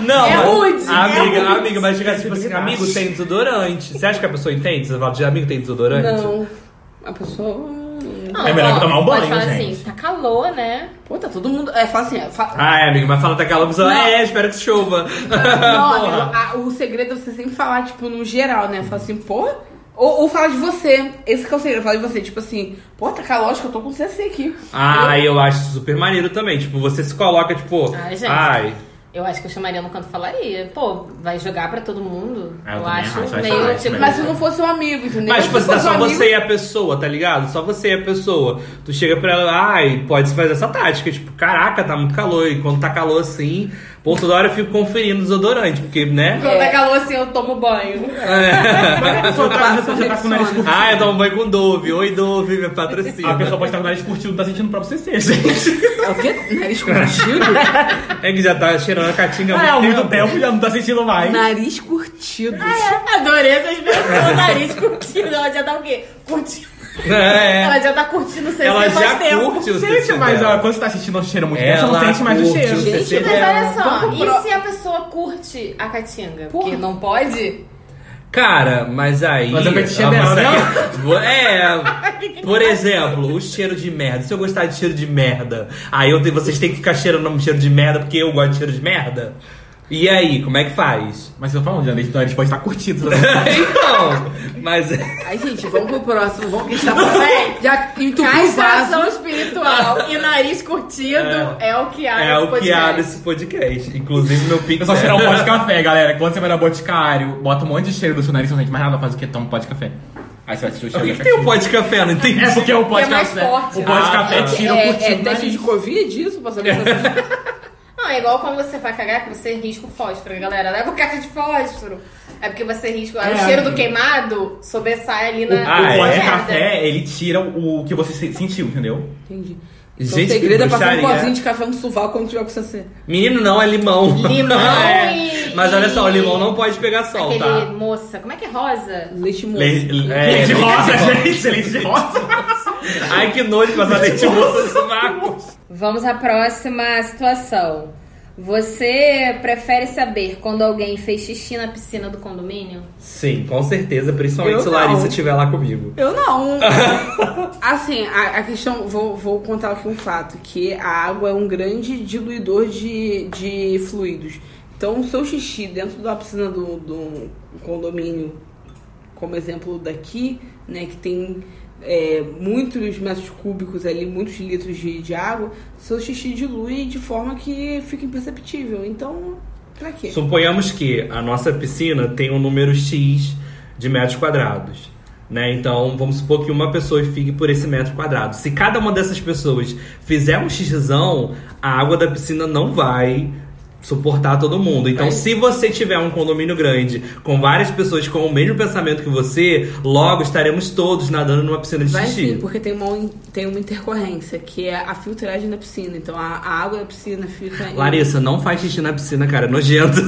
S3: Não,
S5: É
S3: mas-
S5: rude,
S3: amiga,
S5: é rude.
S3: amiga, vai chegar tipo assim, amigo tem desodorante. Você acha que a pessoa entende? Você fala de amigo tem desodorante?
S5: Não, a pessoa...
S4: Não,
S6: É melhor
S4: ó,
S6: que tomar um
S4: pode
S6: banho,
S4: falar
S6: gente.
S4: assim, tá calor, né?
S5: Pô, tá todo mundo... É, fala assim, é, fa-
S3: Ai, Ah, amigo, mas fala daquela pessoa,
S5: Não.
S3: é, espero que chova.
S5: Não, amigo, a- o segredo é você sempre falar, tipo, no geral, né? Falar assim, pô. Ou, ou falar de você. Esse que é o segredo, falar de você. Tipo assim, pô, tá calógico, eu tô com CC aqui.
S3: Ah, eu acho super maneiro também. Tipo, você se coloca, tipo,
S4: Ai,
S3: ai,
S4: gente. Eu acho que eu chamaria no canto e falaria. Pô, vai jogar pra todo mundo?
S6: Ah, eu
S4: eu
S6: também
S4: acho
S6: acho, eu acho
S4: meio
S6: mais,
S4: tipo.
S6: mas-
S5: Mas se não fosse um amigo, entendeu?
S3: Mas,
S5: se
S3: tipo assim, tá
S5: fosse um
S3: só
S5: amigo,
S3: você e a pessoa, tá ligado? Só você e a pessoa. Tu chega pra ela, ai, pode se fazer essa tática. Tipo, caraca, tá muito calor. E quando tá calor assim, por toda hora eu fico conferindo o desodorante, porque, né?
S7: Quando
S5: tá
S7: é calor assim, eu tomo banho.
S6: A pessoa tá, a pessoa já tá com o nariz curtido.
S3: Ah, eu tomo banho com Dove. Oi, Dove, me
S6: A
S3: patrocina.
S6: pessoa pode estar com o nariz curtido, não tá sentindo o próprio CC, gente.
S5: É o quê? Nariz curtido?
S3: É que já tá cheirando a catinga
S6: Ah, há muito tempo já não tá sentindo mais.
S5: Nariz curtido.
S4: Adorei essas pessoas, nariz curtindo. Ela já tá o quê? Curtindo.
S3: É.
S4: Ela já tá curtindo o CC
S3: Ela
S4: faz
S3: já
S4: tempo.
S3: curte o
S6: Gente,
S3: CC
S6: mas ó,
S3: dela.
S6: quando você tá sentindo o cheiro muito tempo, você
S3: Ela
S6: não sente mais o
S3: curte
S6: cheiro.
S3: o CC
S4: Mas
S3: dela.
S4: olha só,
S5: Vamos
S4: e
S5: pro-
S4: se a pessoa curte a caatinga?
S5: Porra.
S4: Porque não pode?
S3: Cara, mas aí.
S6: Mas é fetiche
S3: Ah,
S6: dela,
S3: mas
S6: né?
S3: aí- Vo- É. Por exemplo, o cheiro de merda. Se eu gostar de cheiro de merda, aí eu te- vocês têm que ficar cheirando um cheiro de merda porque eu gosto de cheiro de merda? E aí, como é que faz?
S6: Mas eu falo, o nariz do nariz pode estar curtido.
S3: então, mas.
S5: Ai, gente, vamos pro próximo. Vamos que a gente tá falando. Já entupiu o vaso.
S4: Castração espiritual e nariz curtido é, o que abre
S3: É
S4: esse
S3: o que
S4: podcast.
S3: abre esse podcast. Inclusive, meu é pico.
S6: Eu só tirar um pó de café, galera. Quando você vai na boticário, bota um monte de cheiro no seu nariz, não sente mais nada, faz o quê? Toma um pó de café. Aí você vai sentir o
S3: Por
S6: cheiro.
S3: que,
S6: do
S3: que tem um
S6: café.
S3: pó de café? Não entendi.
S6: É porque o pó
S4: Que é
S6: de
S4: mais
S6: café.
S4: forte.
S6: O pó de
S3: Ah,
S6: café
S3: tá.
S6: tira o
S5: é,
S6: curtido.
S5: é teste de É. Covid isso? Pra saber se essa-
S4: Não, é igual quando você vai cagar que você risca o fósforo, galera. Leva caixa de fósforo. É porque você risca. aí
S6: É.
S4: o cheiro do queimado sobressai ali
S6: O,
S4: na.
S3: Ah,
S6: o pó
S3: é?
S6: de café, ele tira o que você se- sentiu, entendeu?
S5: Entendi. Então, o
S3: Gente, que
S5: segredo é passar um
S3: bruxaria.
S5: pozinho de café no sovaco quando tiver com você.
S3: Menino, não, é limão.
S4: Limão
S3: É.
S4: e-
S3: Mas olha só, o
S4: e-
S3: limão não pode pegar sol,
S4: Aquele
S3: tá?
S4: moça. Como é que é rosa?
S5: Leite moço.
S3: Le- le- é,
S6: leite
S3: leite
S6: de rosa,
S3: de rosa.
S6: gente! Leite de rosa!
S3: Ai, que nojo passar leite moça nos macos.
S4: Vamos à próxima situação. Você prefere saber quando alguém fez xixi na piscina do condomínio?
S3: Sim, com certeza. Principalmente
S5: Eu
S3: se Larissa
S5: não.
S3: estiver lá comigo.
S5: Eu não. assim, a, a questão. Vou, vou contar aqui um fato: que a água é um grande diluidor de, de fluidos. Então, o seu xixi dentro da piscina do, do condomínio, como exemplo daqui, né, que tem é, muitos metros cúbicos ali, muitos litros de, de água, seu xixi dilui de forma que fica imperceptível. Então, pra quê?
S3: Suponhamos que a nossa piscina tem um número X de metros quadrados. Né? Então, vamos supor que uma pessoa fique por esse metro quadrado. Se cada uma dessas pessoas fizer um xixizão, a água da piscina não vai suportar todo mundo. Então, se você tiver um condomínio grande com várias pessoas com o mesmo pensamento que você, logo estaremos todos nadando numa piscina de
S5: Vai
S3: xixi.
S5: sim, porque tem uma, in- tem uma intercorrência, que é a filtragem da piscina. Então a, a água da piscina fica. em-
S3: Larissa, não faz xixi na piscina, cara, é nojento.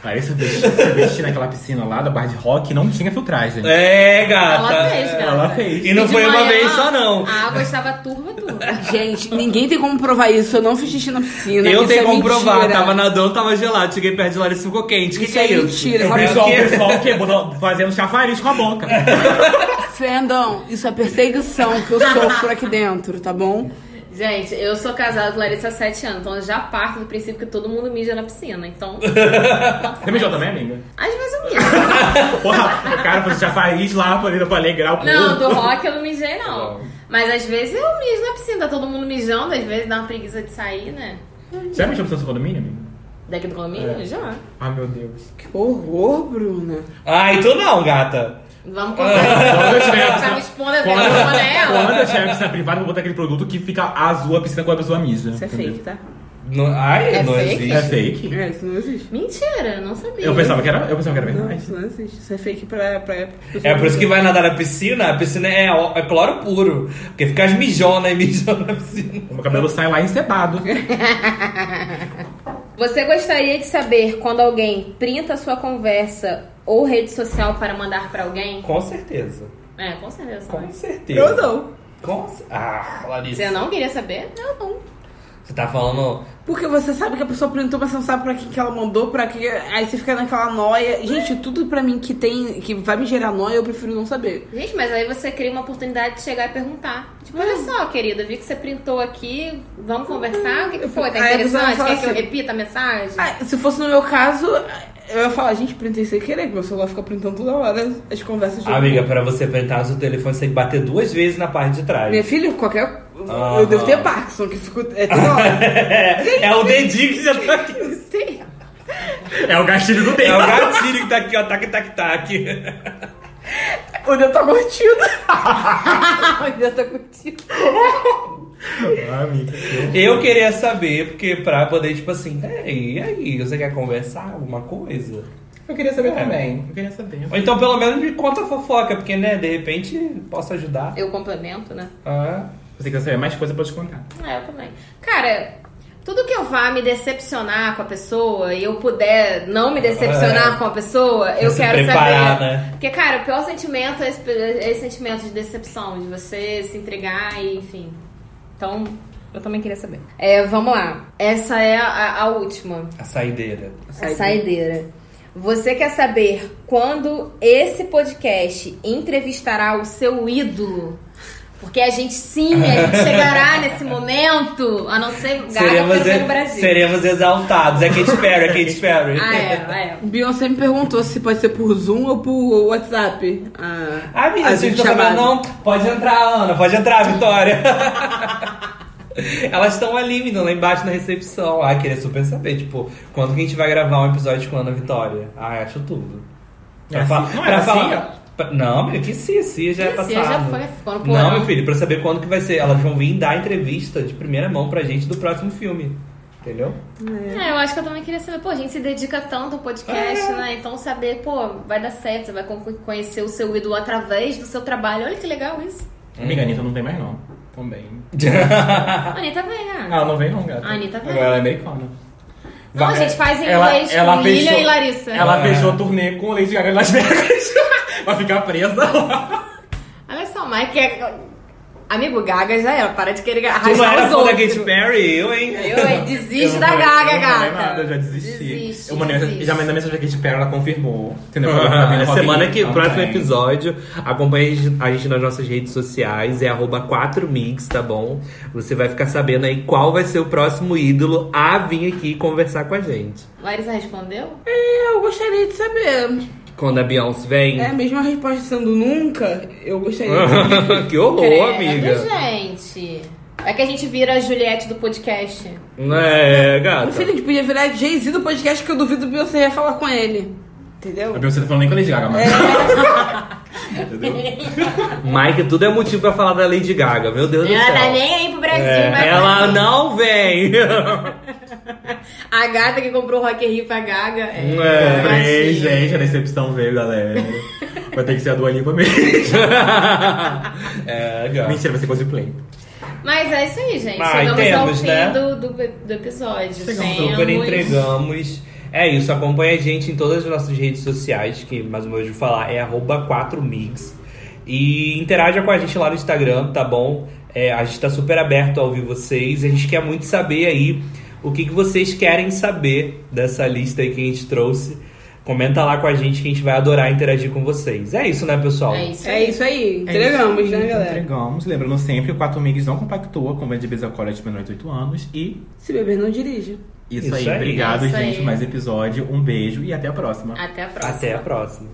S6: Parece você vestir naquela piscina lá da Bar de Rock não tinha filtragem.
S3: É, gata.
S4: Ela fez, gata.
S6: Ah, tá. Ela fez.
S3: E não
S4: de
S3: foi uma
S4: manhã,
S3: vez só, não.
S4: A água estava turva, turva.
S5: Gente, ninguém tem como provar isso. Eu não fiz xixi na piscina.
S3: Eu
S5: isso
S3: tenho
S5: é
S3: como
S5: mentira.
S3: provar, tava nadando, tava gelado, cheguei perto de Larissa e ficou quente. O que,
S5: Isso
S3: que é,
S5: é
S3: isso?
S5: mentira,
S6: O
S5: sabe
S6: pessoal,
S5: por
S6: o
S5: quê?
S6: pessoal que botou- fazendo chafariz com a boca.
S5: Fandom, isso é perseguição que eu sofro aqui dentro, tá bom?
S4: Gente, eu sou casada com Larissa há 7 anos, então eu já parto do princípio que todo mundo mija na piscina. Então,
S6: Você mijou também, amiga?
S4: às vezes eu mijo.
S6: Porra, o cara fez chafariz lá pra, pra alegrar o povo.
S4: Não, do rock eu não mijei, não. Mas às vezes eu mijo na piscina, tá todo mundo mijando, às vezes dá uma preguiça de sair, né?
S6: Você já mijou pro seu condomínio, amiga?
S4: Daqui do condomínio? Já.
S6: Ah, meu Deus.
S5: Que horror, Bruna.
S3: Ai, tu Ah, então não, gata.
S4: Vamos contar.
S6: Quando eu tiver
S4: Tá me expondo até a
S6: Quando
S4: panela.
S6: eu tiver a piscina privada, eu vou botar aquele produto que fica azul a piscina quando a pessoa mija.
S5: Isso é
S6: entendeu?
S5: fake, tá?
S3: Não- ai,
S4: É
S3: não
S4: fake?
S3: existe.
S6: É fake?
S5: É, isso não existe.
S4: Mentira, não sabia.
S6: Eu pensava que era, eu pensava que era
S5: Não,
S6: verdade.
S5: isso não existe. Isso é fake pra. pra, pra
S3: É por isso que vai nadar na piscina, a piscina é, ó- é cloro puro. Porque fica as mijona e mijona na piscina.
S6: O meu cabelo sai lá encebado.
S4: Você gostaria de saber quando alguém printa sua conversa ou rede social para mandar pra alguém?
S3: Com certeza.
S4: É, com certeza.
S3: Com
S4: né?
S3: certeza.
S5: Eu não.
S3: Com ce- Ah, Larissa.
S4: Você não queria saber? Eu não.
S3: Você tá falando.
S5: Porque você sabe que a pessoa printou, mas você não sabe pra que, que ela mandou, pra que. Aí você fica naquela noia. Gente, tudo pra mim que tem. que vai me gerar noia, eu prefiro não saber.
S4: Gente, mas aí você cria uma oportunidade de chegar e perguntar. Tipo, olha só, querida, vi que você printou aqui, vamos conversar? O que, que foi? Tá
S5: Aí a pessoa fala
S4: interessante? Quer que eu
S5: assim,
S4: repita a mensagem?
S5: Ah, se fosse no meu caso, eu ia falar, gente, printei sem querer, que meu celular fica printando toda hora as conversas de.
S3: Ah, Amiga, pra você printar o seu telefone, você tem que bater duas vezes na parte de trás.
S5: Minha filha, qualquer.
S3: Aham.
S5: Eu devo ter Parkinson, que fico. É toda hora.
S3: É o dedinho que já tá aqui.
S6: É o gatilho do
S3: É
S6: dedo.
S3: o gatilho que tá aqui, ó. Tac, tac, tac.
S5: O dedo tá curtido.
S4: Ainda tá contigo.
S6: Ah, amiga.
S3: Eu queria saber, porque pra poder, tipo assim, "Ei, e aí, você quer conversar alguma coisa?
S6: Eu queria saber
S3: É.
S6: também. Eu queria saber.
S3: Ou então, pelo menos, me conta a fofoca, porque, né, de repente, posso ajudar.
S4: Eu complemento, né?
S3: Ah,
S6: Você quer saber mais coisa pra te contar.
S4: É, eu também. Cara, tudo que eu vá me decepcionar com a pessoa e eu puder não me decepcionar com a pessoa, eu
S3: É. se
S4: quero
S3: preparar,
S4: saber.
S3: né?
S4: Porque, cara, o pior sentimento é esse, é esse sentimento de decepção, de você se entregar e enfim. Então, eu também queria saber. É, vamos lá. Essa é a, a última.
S3: a saideira.
S4: A saideira. Você quer saber quando esse podcast entrevistará o seu ídolo? Porque a gente sim, a gente chegará nesse momento, a não ser Gaga
S3: Seremos,
S4: pelo Brasil.
S3: seremos exaltados. É Katy Perry, é Katy Perry.
S4: Ah, é, é.
S5: Beyoncé me perguntou se pode ser por Zoom ou por WhatsApp. Ah,
S3: Ah,
S5: a
S3: menina, vocês
S5: gente
S3: estão
S5: chamada.
S3: sabendo, não? Pode entrar, Ana, pode entrar, Vitória. Elas estão ali, menina, lá embaixo na recepção. Ah, queria super saber, tipo, quando que a gente vai gravar um episódio com a Ana Vitória? Ah, acho tudo.
S6: É assim? Não era assim,
S3: pra- Não, menina, que se, se já é
S4: Esse
S3: passado.
S4: já foi, ficou no
S3: Não, meu
S4: porão.
S3: filho, pra saber quando que vai ser. Elas vão vir dar entrevista de primeira mão pra gente do próximo filme. Entendeu?
S4: É, eu acho que eu também queria saber, pô, a gente se dedica tanto ao
S3: É.
S4: podcast, né? Então saber, pô, vai dar certo, você vai con- conhecer o seu ídolo através do seu trabalho. Olha que legal isso.
S6: Amiga, a Anitta não vem mais, não. Também.
S4: A Anitta vem,
S6: Ah,
S4: né?
S6: ela não vem, não, gata.
S4: A Anitta vem.
S6: Agora ela é americana.
S4: Não, a gente faz em inglês com William e Larissa.
S6: Ela
S3: É.
S6: fechou turnê com Lady Gaga em Las Vegas. Vai ficar presa lá.
S4: Olha só, mas que é... Amigo, Gaga já era, para de querer
S3: Tu não
S4: arrastar
S3: era
S4: os
S3: fã da
S4: outros.
S3: Katy Perry, eu, hein?
S4: Eu, hein, desiste
S6: Eu não
S4: da
S6: falei-
S4: Gaga,
S6: eu não
S4: gata.
S6: falei nada, eu já desisti.
S4: Desiste,
S6: eu mandei,
S4: desiste.
S6: Já mandei mensagem pra Katy Perry, ela confirmou. Entendeu? Falou que tá vindo
S3: Na
S6: Robin
S3: É semana
S6: Hood
S3: que o próximo
S6: também.
S3: episódio, acompanhe a gente nas nossas redes sociais, é arroba 4mix, tá bom? Você vai ficar sabendo aí qual vai ser o próximo ídolo a vir aqui conversar com a gente.
S4: Larissa respondeu?
S5: É, eu gostaria de saber.
S3: Quando a Beyoncé vem.
S5: É, mesmo a resposta sendo nunca, eu gostaria de saber.
S3: que horror,
S4: Credo, é
S3: amiga.
S4: gente. É que a gente vira a Juliette do podcast.
S3: É,
S5: Meu filho,
S3: gata.
S5: a gente podia virar Jay-Z do podcast que eu duvido que você ia falar com ele. Entendeu?
S6: A Beyoncé tá falando nem com a Lady Gaga, mas.
S4: É.
S6: Entendeu?
S3: Mike, tudo é motivo pra falar da Lady Gaga, meu Deus do
S4: Ela
S3: céu.
S4: tá nem aí pro Brasil,
S3: É,
S4: mas- tá
S3: ela não vem.
S4: A gata que comprou o Rock in Rio pra Gaga. É.
S6: Comprei,
S4: Machismo.
S6: Hum, gente, a decepção veio, galera. Vai ter que ser a Dua Lipa mesmo.
S3: é, gata.
S6: Mentira, vai ser cosplay.
S4: Mas é isso aí, gente.
S3: Ah,
S4: Chegamos ao
S3: entendemos,
S4: fim
S3: né?
S4: do, do, do episódio.
S6: Chegamos,
S4: Temos-
S3: Super entregamos. É isso, acompanha a gente em todas as nossas redes sociais, que mais uma vez eu vou falar, é arroba 4mix. E interaja com a gente lá no Instagram, tá bom? É, a gente tá super aberto a ouvir vocês. A gente quer muito saber aí o que, que vocês querem saber dessa lista aí que a gente trouxe. Comenta lá com a gente que a gente vai adorar interagir com vocês. É isso, né, pessoal?
S4: É isso
S5: É
S4: aí.
S5: isso aí. Entregamos, né, galera?
S6: É Entregamos. Lembrando sempre, o 4 Migs não compactua com venda de bebês alcoólicos de menor de 8 anos. E
S5: Se beber, não dirige.
S6: isso,
S3: Isso
S6: aí.
S3: aí.
S6: Obrigado,
S4: Isso
S6: gente.
S4: aí.
S6: Mais episódio. Um beijo e até a próxima.
S4: Até a próxima.
S3: Até a próxima.